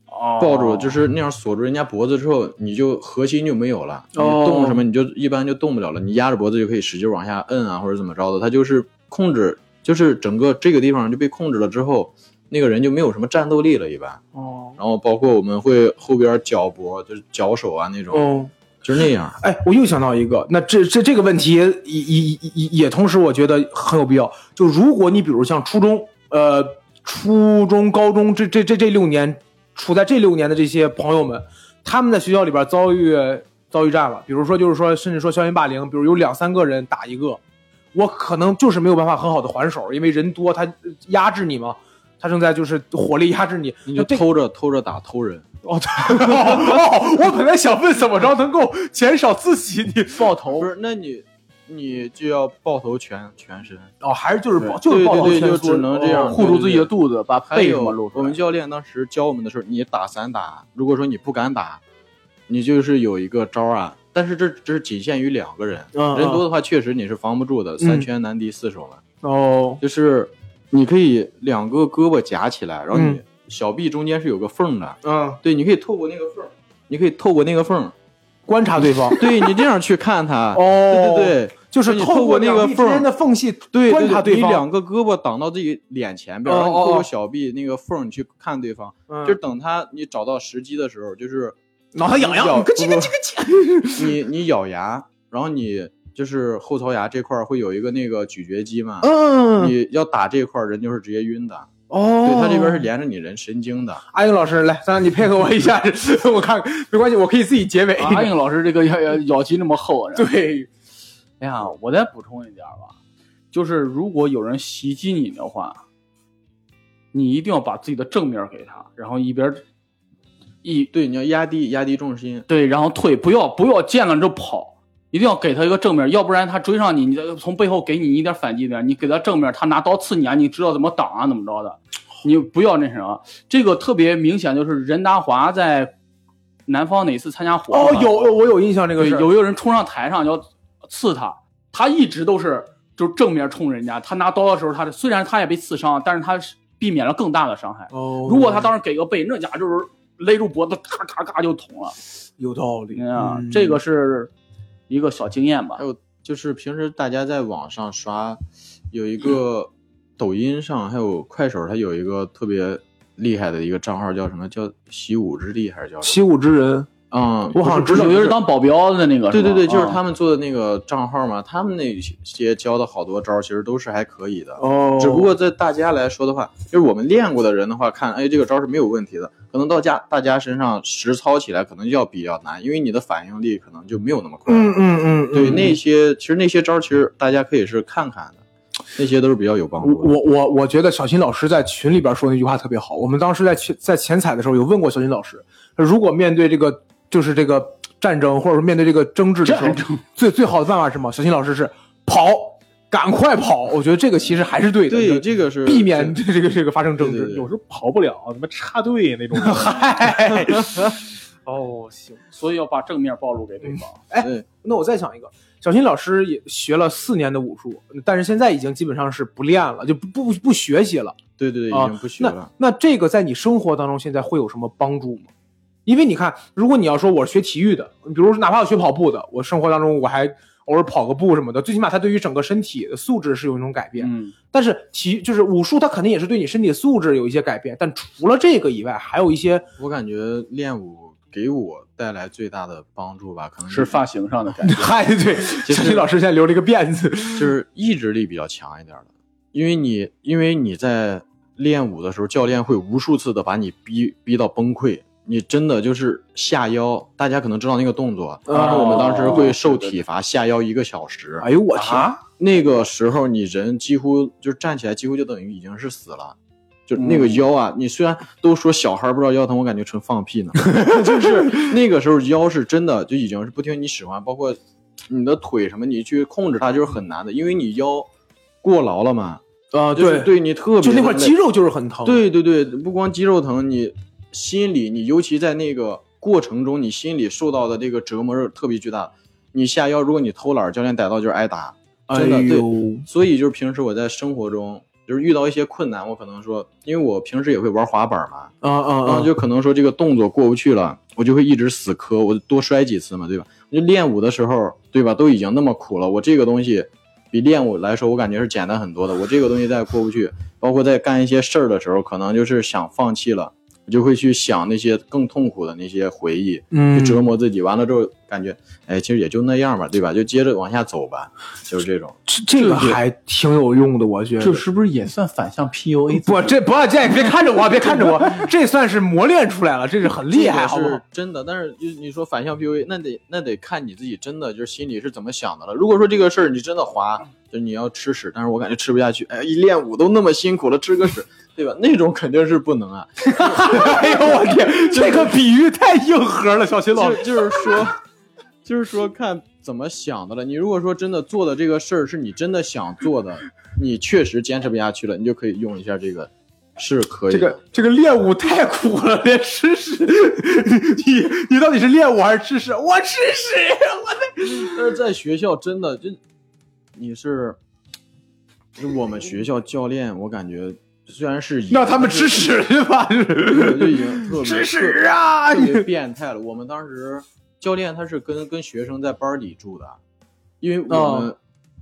哦，
抱住就是那样锁住人家脖子之后，你就核心就没有了，你
哦
动什么你就一般就动不了了，你压着脖子就可以使劲往下摁啊或者怎么着的，它就是控制，就是整个这个地方就被控制了之后，那个人就没有什么战斗力了，一般。
哦
然后包括我们会后边脚脖就是脚手啊那种，
哦，
就是那样。
哎，我又想到一个，那这这这个问题也也也也也同时我觉得很有必要。就如果你比如像初中，呃，初中、高中这这这这六年，处在这六年的这些朋友们，他们在学校里边遭遇遭遇战了，比如说就是说，甚至说校园霸凌，比如有两三个人打一个，我可能就是没有办法很好的还手，因为人多，他压制你嘛，他正在就是火力压制你，
你就
这
偷着偷着打偷人，
哦，对哦，我本来想问怎么着能够减少自己你爆 头
不是？那你你就要抱头全全身，
哦，还是就是爆，
对
就是爆头
对对
圈
就
缩
只能这样
哦
护住自己的肚子，把
还
背什
有
么露出
我
来
们。教练当时教我们的时候，你打散打，如果说你不敢打，你就是有一个招儿啊，但是这这是仅限于两个人，
嗯
人多的话确实你是防不住的，三拳难敌四手嘛，
哦，
就是你可以两个胳膊夹起来，然后你
嗯
小臂中间是有个缝的，
嗯，
对，你可以透过那个缝儿，你可以透过那个缝儿，，
观察对方
对你这样去看他，
哦，
对对对。
就是
你
透
透过那
两
个
臂之
缝儿
间的缝隙
对，
观察
对
方，
你两个胳膊挡到自己脸前边，
哦
然后你透
哦哦
过小臂那个缝儿你去看对方，
嗯
就是等他你找到时机的时候，就是
脑袋痒痒
咬，
啊咯叽咯叽咯叽，
你你咬牙，然后你就是后槽牙这块儿会有一个那个咀嚼肌嘛，
嗯，
你要打这块儿人就是直接晕的，
哦，
对，它这边是连着你人神经的。
阿英老师来，咱你配合我一 下，我看没关系，我可以自己结尾。
阿英啊老师这个咬咬咬肌那么 厚，啊然后
对，
哎呀，我再补充一点儿吧，就是如果有人袭击你的话，你一定要把自己的正面给他，然后一边儿一
对，你要压低压低重心，
对，然后退，不要不要见了就跑，一定要给他一个正面，要不然他追上你，你再从背后给你一点反击点，你给他正面，他拿刀刺你啊，你知道怎么挡啊，怎么着的，你不要那什么，这个特别明显，就是任达华在南方哪次参加活动啊
哦，
吧
有我有印象这个
对，
事儿，
有一个人冲上台上要刺他，他一直都是就是正面冲人家，他拿刀的时候，他虽然他也被刺伤，但是他是避免了更大的伤害。
哦，
如果他当时给个背，那家伙就是勒住脖子，咔咔咔就捅了。
有道理嗯
啊，这个是一个小经验吧
还。有就是平时大家在网上刷，有一个抖音上还有快手，它有一个特别厉害的一个账号叫什么？叫习武之地还是叫什
习武之人，
么？嗯，
我好像知道
有一个人当保镖的那个，
对对对，就
嗯
是
吧啊
他。们做的那个账号嘛，他们那些教的好多招儿其实都是还可以的。
哦
只不过在大家来说的话，就是我们练过的人的话，看，哎，这个招是没有问题的。可能到家大家身上实操起来，可能就要比较难，因为你的反应力可能就没有那么快。
嗯嗯嗯，
对，
嗯
那些其实那些招，其实大家可以是看看的，那些都是比较有帮
我
助的。
我我我觉得小新老师在群里边说那句话特别好。我们当时在群在前彩的时候有问过小新老师，如果面对这个就是这个战争，或者说面对这个争执的时候
战争，
最最好的办法是什么？小新老师是跑，赶快跑。我觉得这个其实还是对的，
对，
就
这个是
避免这这个这个发生争
对对
执
对。
有时候 跑不了，他妈插 队那种。
嗨，
哎
哦，行。
所以要把正面暴露给
嗯
对方。
对
那我再想一个，小新老师也学了四年的武术，但是现在已经基本上是不练了，就不不不学习了。
对对对，已
啊
经不学
那
了。
那这个在你生活当中现在会有什么帮助吗？因为你看，如果你要说我是学体育的，比如说哪怕我学跑步的，我生活当中我还偶尔跑个步什么的，最起码它对于整个身体的素质是有一种改变。
嗯，
但是体就是武术，它肯定也是对你身体的素质有一些改变。但除了这个以外，还有一 些
我感觉练武给我带来最大的帮助吧，可能就是
发型上的改变。
嗨，哎 对，
其
小
实
新老师现在留了一个辫子，
就是意志力比较强一点的，因为你因为你在练武的时候，教练会无数次的把你逼逼到崩溃，你真的就是下腰，大家可能知道那个动作，但是我们当时会受体罚，下腰一个小时，
哎呦我天，
啊
那个时候你人几乎就站起来，几乎就等于已经是死了。就
嗯
那个腰啊，你虽然都说小孩不知道腰疼，我感觉纯放屁 呢。就是那个时候腰是真的就已经是不听你使唤，包括你的腿什么，你去控制它就是很难的，因为你腰过劳了嘛，
啊
就
对，
是对你特别
就那块
的
肌
累，
肉就是很疼，，
对对对，不光肌肉疼，你心里你尤其在那个过程中，你心里受到的这个折磨是特别巨大。你下腰，如果你偷懒儿，教练逮到就是挨打。
哎
真的对
呦，
所以就是平时我在生活中，就是遇到一些困难，我可能说，因为我平时也会玩滑板嘛，
啊
然
啊
后就可能说这个动作过不去了，我就会一直死磕，我多摔几次嘛，对吧？我就练舞的时候，对吧，都已经那么苦了，我这个东西比练舞来说，我感觉是简单很多的。我这个东西再过不去，包括在干一些事儿的时候，可能就是想放弃了，我就会去想那些更痛苦的那些回忆，
嗯
去折磨自己。完了之后，感觉哎，其实也就那样吧，对吧？就接着往下走吧，就是这种。
这这个还挺有用的，我觉得。
这是不是也算反向 PUA？
不，这不要这样，别看着我，别看着我，这算是磨练出来了，这是很厉害，好
这
不
个
好
是？真的，但是就你说反向 PUA，那得那得看你自己真的就是心里是怎么想的了。如果说这个事儿你真的滑，就是你要吃屎，但是我感觉吃不下去，哎，一练舞都那么辛苦了，吃个屎， 对吧？那种肯定是不能啊。
哎呦我天，这个比喻太硬核了，小秦老
就
师。
就是说， 就是说看怎么想的了。你如果说真的做的这个事儿是你真的想做的，你确实坚持不下去了，你就可以用一下这个，是可以
这
的。
个这个练舞太苦了，连吃屎，你你到底是练舞还是吃屎？我吃屎，我
但是在学校真的就你是，就是我们学校教练，我感觉虽然是
让他们吃，屎去吧，
我就已经 特别
吃屎啊！
特别变态了。我们当时教练他是跟跟学生在班里住的，因为我们、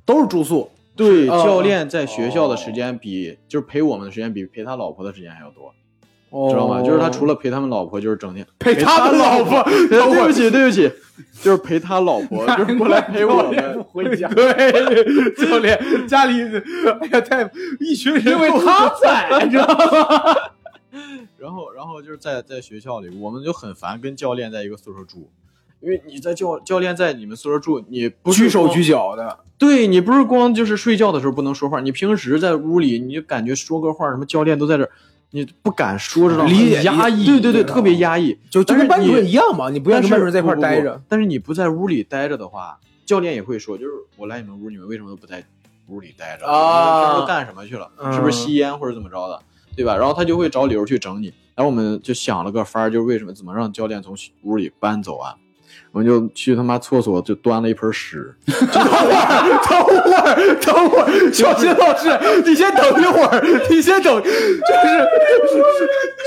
都是住宿，
对
哦
教练在学校的时间比、就是陪我们的时间比陪他老婆的时间还要多，知道吗？就是他除了陪他们老婆，就是整 天
陪他们老婆，
哎对不 起对不起，就是陪他老婆， 就是过来陪 我们。
回家。对，教练家里，哎呀，太一群人，因为他 在，你知道吗？
然后，然后就是在在学校里，我们就很烦跟教练在一个宿舍住，因为你在教教练在你们宿舍住，你不是
举手
光
举，脚的，
对你不是光就是睡觉的时候不能说话，你平时在屋里你就感觉说个话，什么教练都在这儿，你不敢说，知道吗？
理解
很压
理
抑，
解
对对对，
对
特别压抑。
就就
但
跟
是
班主
你
任一样嘛，你不愿意跟
但是
班主任在一块儿
不不不
待着。
但是你不在屋里待着的话，教练也会说，就是我来你们屋，你们为什么都不在屋里待着
啊
你们平时都干什么去了？
嗯
是不是吸烟或者怎么着的，对吧？然后他就会找理由去整你。然后我们就想了个法儿，就是为什么怎么让教练从屋里搬走啊？我们就去他妈厕所就端了一盆屎，
等会儿，等会儿，小新老师，你先等一会儿，你先等，就是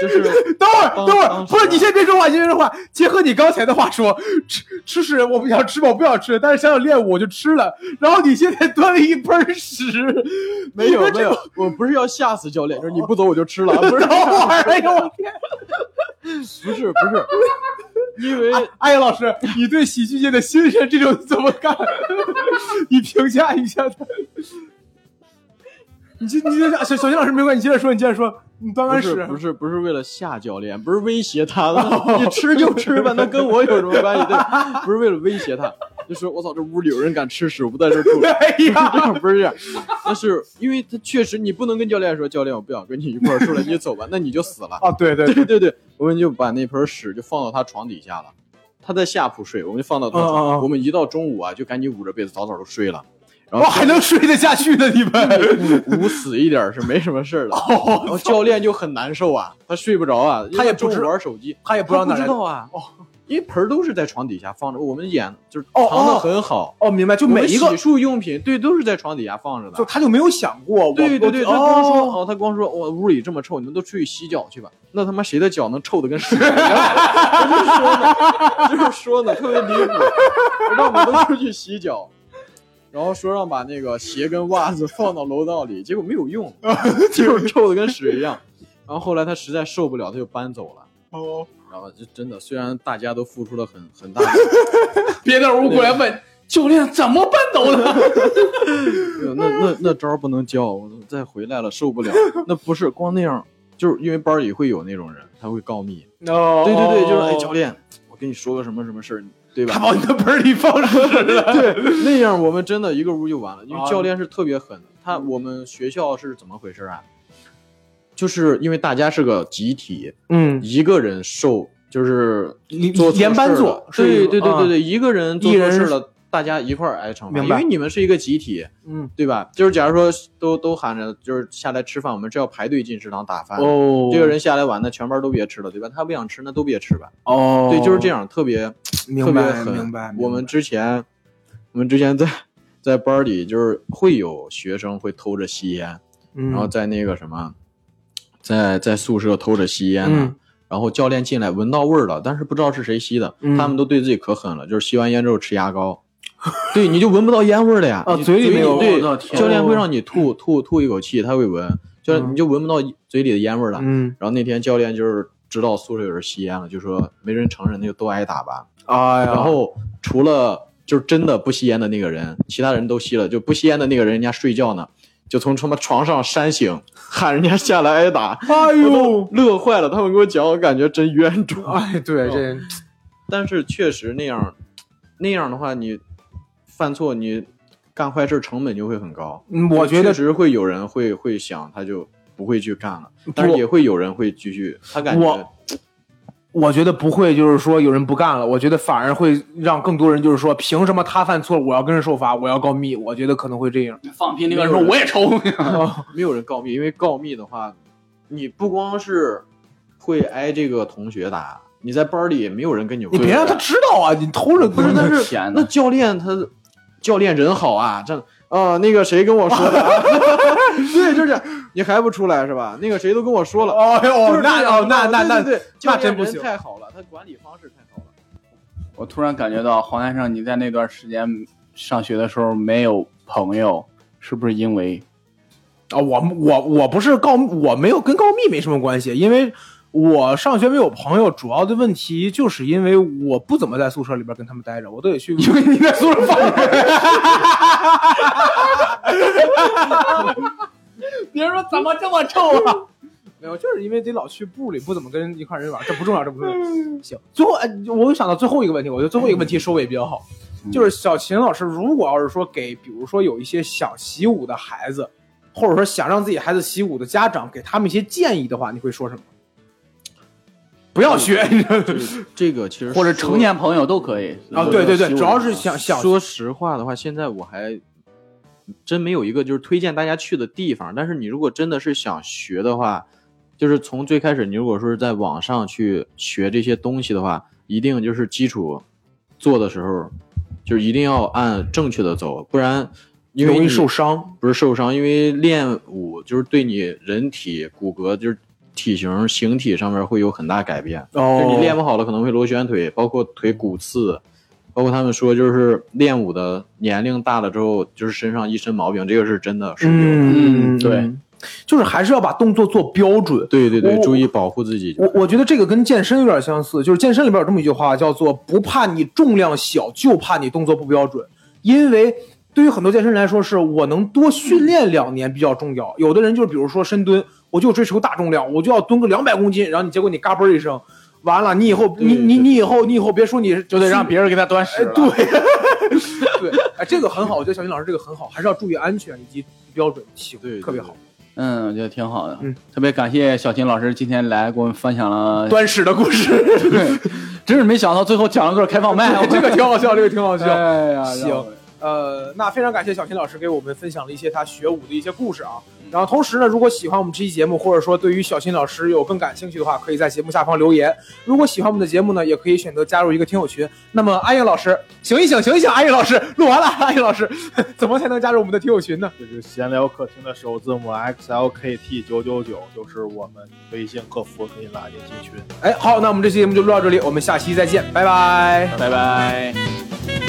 就是
等会儿，
当
等会儿，
当时
不是你先别说话，先别说话，结合你刚才的话说，吃吃屎我不想吃吧，我不想吃，但是想想练舞我就吃了，然后你现在端了一盆屎，
没有
你们
没
这
有，我不是要吓死教练，就是你不走我就吃了，不是
等会儿，哎呦我天！
不是不是，因为
哎呀，老师，你对喜剧界的新人这种怎么看？ 你评价一下他。你这你这小小新老师没关系，你接着说，你接着说，你端
不
完
是
屎
不是不是为了吓教练，不是威胁他的，你吃就吃吧，那跟我有什么关系？对吧，不是为了威胁他，就说我操，这屋里有人敢吃屎，我不在这儿住。
哎呀，
不 是这样，但是因为他确实你不能跟教练说，教练我不想跟你一块儿住了，你走吧，那你就死了。
啊，对 对，
对对对，我们就把那盆屎就放到他床底下了，他在下铺睡，我们就放到他床。
嗯嗯嗯
我们一到中午啊，就赶紧捂着被子早早都睡了。然
啊哇，
后
还能睡得下去呢，你们。
捂捂死一点儿是没什么事 儿的。然后教练就很难受啊，哦他睡不着啊，因为
他也不
中
知
午玩手机，
他也不知道哪
他
来
不
的
知道啊。哦，因为盆儿都是在床底下放着，我们眼就是
哦
藏的
哦
很好，
哦，明白，就
我们
每一个
洗，漱用品对都是在床底下放着的。
就他就没有想过，我
对对对，
我
他光说
哦
哦，他光说我屋里这么臭，你们都出去洗脚去吧。那他妈谁的脚能臭的跟屎一样？ 我就说呢，就是说呢，特别离谱，让我们都出去洗脚，然后说让把那个鞋跟袜子放到楼道里，结果没有 用，就是臭的跟屎一样。然后后来他实在受不了，他就搬走了。
哦，
然后就真的，虽然大家都付出了很很大的，
别的屋过来问教练怎么搬走 的？
啊那那那招儿不能教，我再回来了受不了。那不是光那样，就是因为班里会有那种人，他会告密。
哦
对对对，就是哎，教练，我跟你说个什么什么事儿，对
他
吧？
往你的盆儿里放屎了，
对，那样我们真的一个屋就完了，因
啊
为教练是特别狠的。他我们学校是怎么回事啊？就是因为大家是个集体，
嗯，
一个人受就是
连
做错
连班
事儿
做
了，
是一个
对对对
啊
对对，一个人做
一
错
人
事
是
了，大家一块儿挨惩罚，
明
因
白
为你们是一个集体，
嗯，
对吧？就是假如说都都喊着就是下来吃饭，我们是要排队进食堂打饭的。
哦
这个人下来晚，那全班都别吃了，对吧？他不想吃，那都别吃吧。
哦，
对，就是这，样，特别特
明
别
白
狠。
明白，
我们之前，我们之前在在班里就是会有学生会偷着吸烟，
嗯
然后在那个什么，在在宿舍偷着吸烟呢、
嗯
然后教练进来闻到味儿了，但是不知道是谁吸的，
嗯
他们都对自己可狠了，就是吸完烟之后吃牙膏，对，你就闻不到烟味儿了呀。
啊
你
嘴里没有
我的
对，
天
教练会让你吐吐吐一口气，他会闻，教练
嗯
你就闻不到嘴里的烟味儿了。
嗯，
然后那天教练就是知道宿舍有人吸烟了，就说没人承认，那就都挨打吧。
哎呀，
然后除了就是真的不吸烟的那个人，其他人都吸了，就不吸烟的那个人，人家睡觉呢，就从他妈床上扇醒，喊人家下来挨打，
哎
我都
呦，
乐坏了。他们给我讲，我感觉真冤种。
哎，对，这
但是确实那样，那样的话你犯错你干坏事成本就会很高。
嗯我觉
确
得
实会有人会会想，他就不会去干了，但是也会有人会继续。他感觉
我嗯我觉得不会，就是说有人不干了，我觉得反而会让更多人就是说，凭什么他犯错，我要跟人受罚，我要告密？我觉得可能会这样。
放屁那个人说我也抽，
没有人告密，因为告密的话，你不光是会挨这个同学打，你在班里也没有人跟你
你
玩。
别让他知道啊！你偷着
不是，但是
天哪
那教练他教练人好啊，这啊那个谁跟我说的啊， 对，就是这样你还不出来是吧？那个谁都跟我说了，
哎
就
呦，
是
那
这样
哦，那那
对
那，
对对，教练
真不
人
行
太好了，他管理方式太好了。
我突然感觉到黄先生，你在那段时间上学的时候没有朋友，是不是因为
啊，我我我不是告，我没有跟告密没什么关系，因为我上学没有朋友，主要的问题就是因为我不怎么在宿舍里边跟他们待着，我都得去，因为你在宿舍放
别人说怎么这么臭 啊？
没有，就是因为得老去部里，不怎么跟一块人玩，这不重要，这不重要。行，最后哎，我又想到最后一个问题，我觉得最后一个问题收尾比较好，就是小秦老师，如果要是说给，比如说有一些想习武的孩子，或者说想让自己孩子习武的家长，给他们一些建议的话，你会说什么？不要学，嗯
这个其实
或者
说
成年朋友都可以
啊，对对对，
15
主要是想想
呃说实话的话，现在我还真没有一个就是推荐大家去的地方。但是你如果真的是想学的话，就是从最开始，你如果说是在网上去学这些东西的话，一定就是基础做的时候，就是一定要按正确的走，不然因为
容易
你
受伤。
不是受伤，因为练武就是对你人体骨骼就是体型形体上面会有很大改变。
哦
就是你练不好了，可能会螺旋腿，包括腿骨刺，包括他们说就是练武的年龄大了之后，就是身上一身毛病，这个是真的是有的。
嗯对，
就是还是要把动作做标准。
对对对，
我
注意保护自己就
我我觉得这个跟健身有点相似，就是健身里边有这么一句话，叫做“不怕你重量小，就怕你动作不标准”。因为对于很多健身人来说，是我能多训练两年比较重要。有的人就是比如说深蹲，我就追求大重量，我就要蹲个两百公斤，然后你结果你嘎嘣一声，完了，你以后你你你以后你以后别说你就
就得让别人给他端屎了。
对， 对，哎，这个很好，我觉得小金老师这个很好，还是要注意安全以及标准性，
对对
特别好。
嗯，我觉得挺好的。
嗯
特别感谢小秦老师今天来给我们分享了，
端屎的故事，
对， 真是没想到最后讲了段开放麦，哎 我
这个挺好笑，这个挺好笑。
哎呀，
行
让我
呃，那非常感谢小秦老师给我们分享了一些他学武的一些故事啊。
嗯
然后同时呢，如果喜欢我们这期节目，或者说对于小秦老师有更感兴趣的话，可以在节目下方留言。如果喜欢我们的节目呢，也可以选择加入一个听友群。那么阿英老师，醒一醒，醒一醒，阿英老师，录完了，阿英老师， 怎么才能加入我们的听友群呢？
就是闲聊客厅的首字母 XLKT 九九九，就是我们微信客服可以拉进进群。
哎，好，那我们这期节目就录到这里，我们下期再见，拜拜。
拜拜。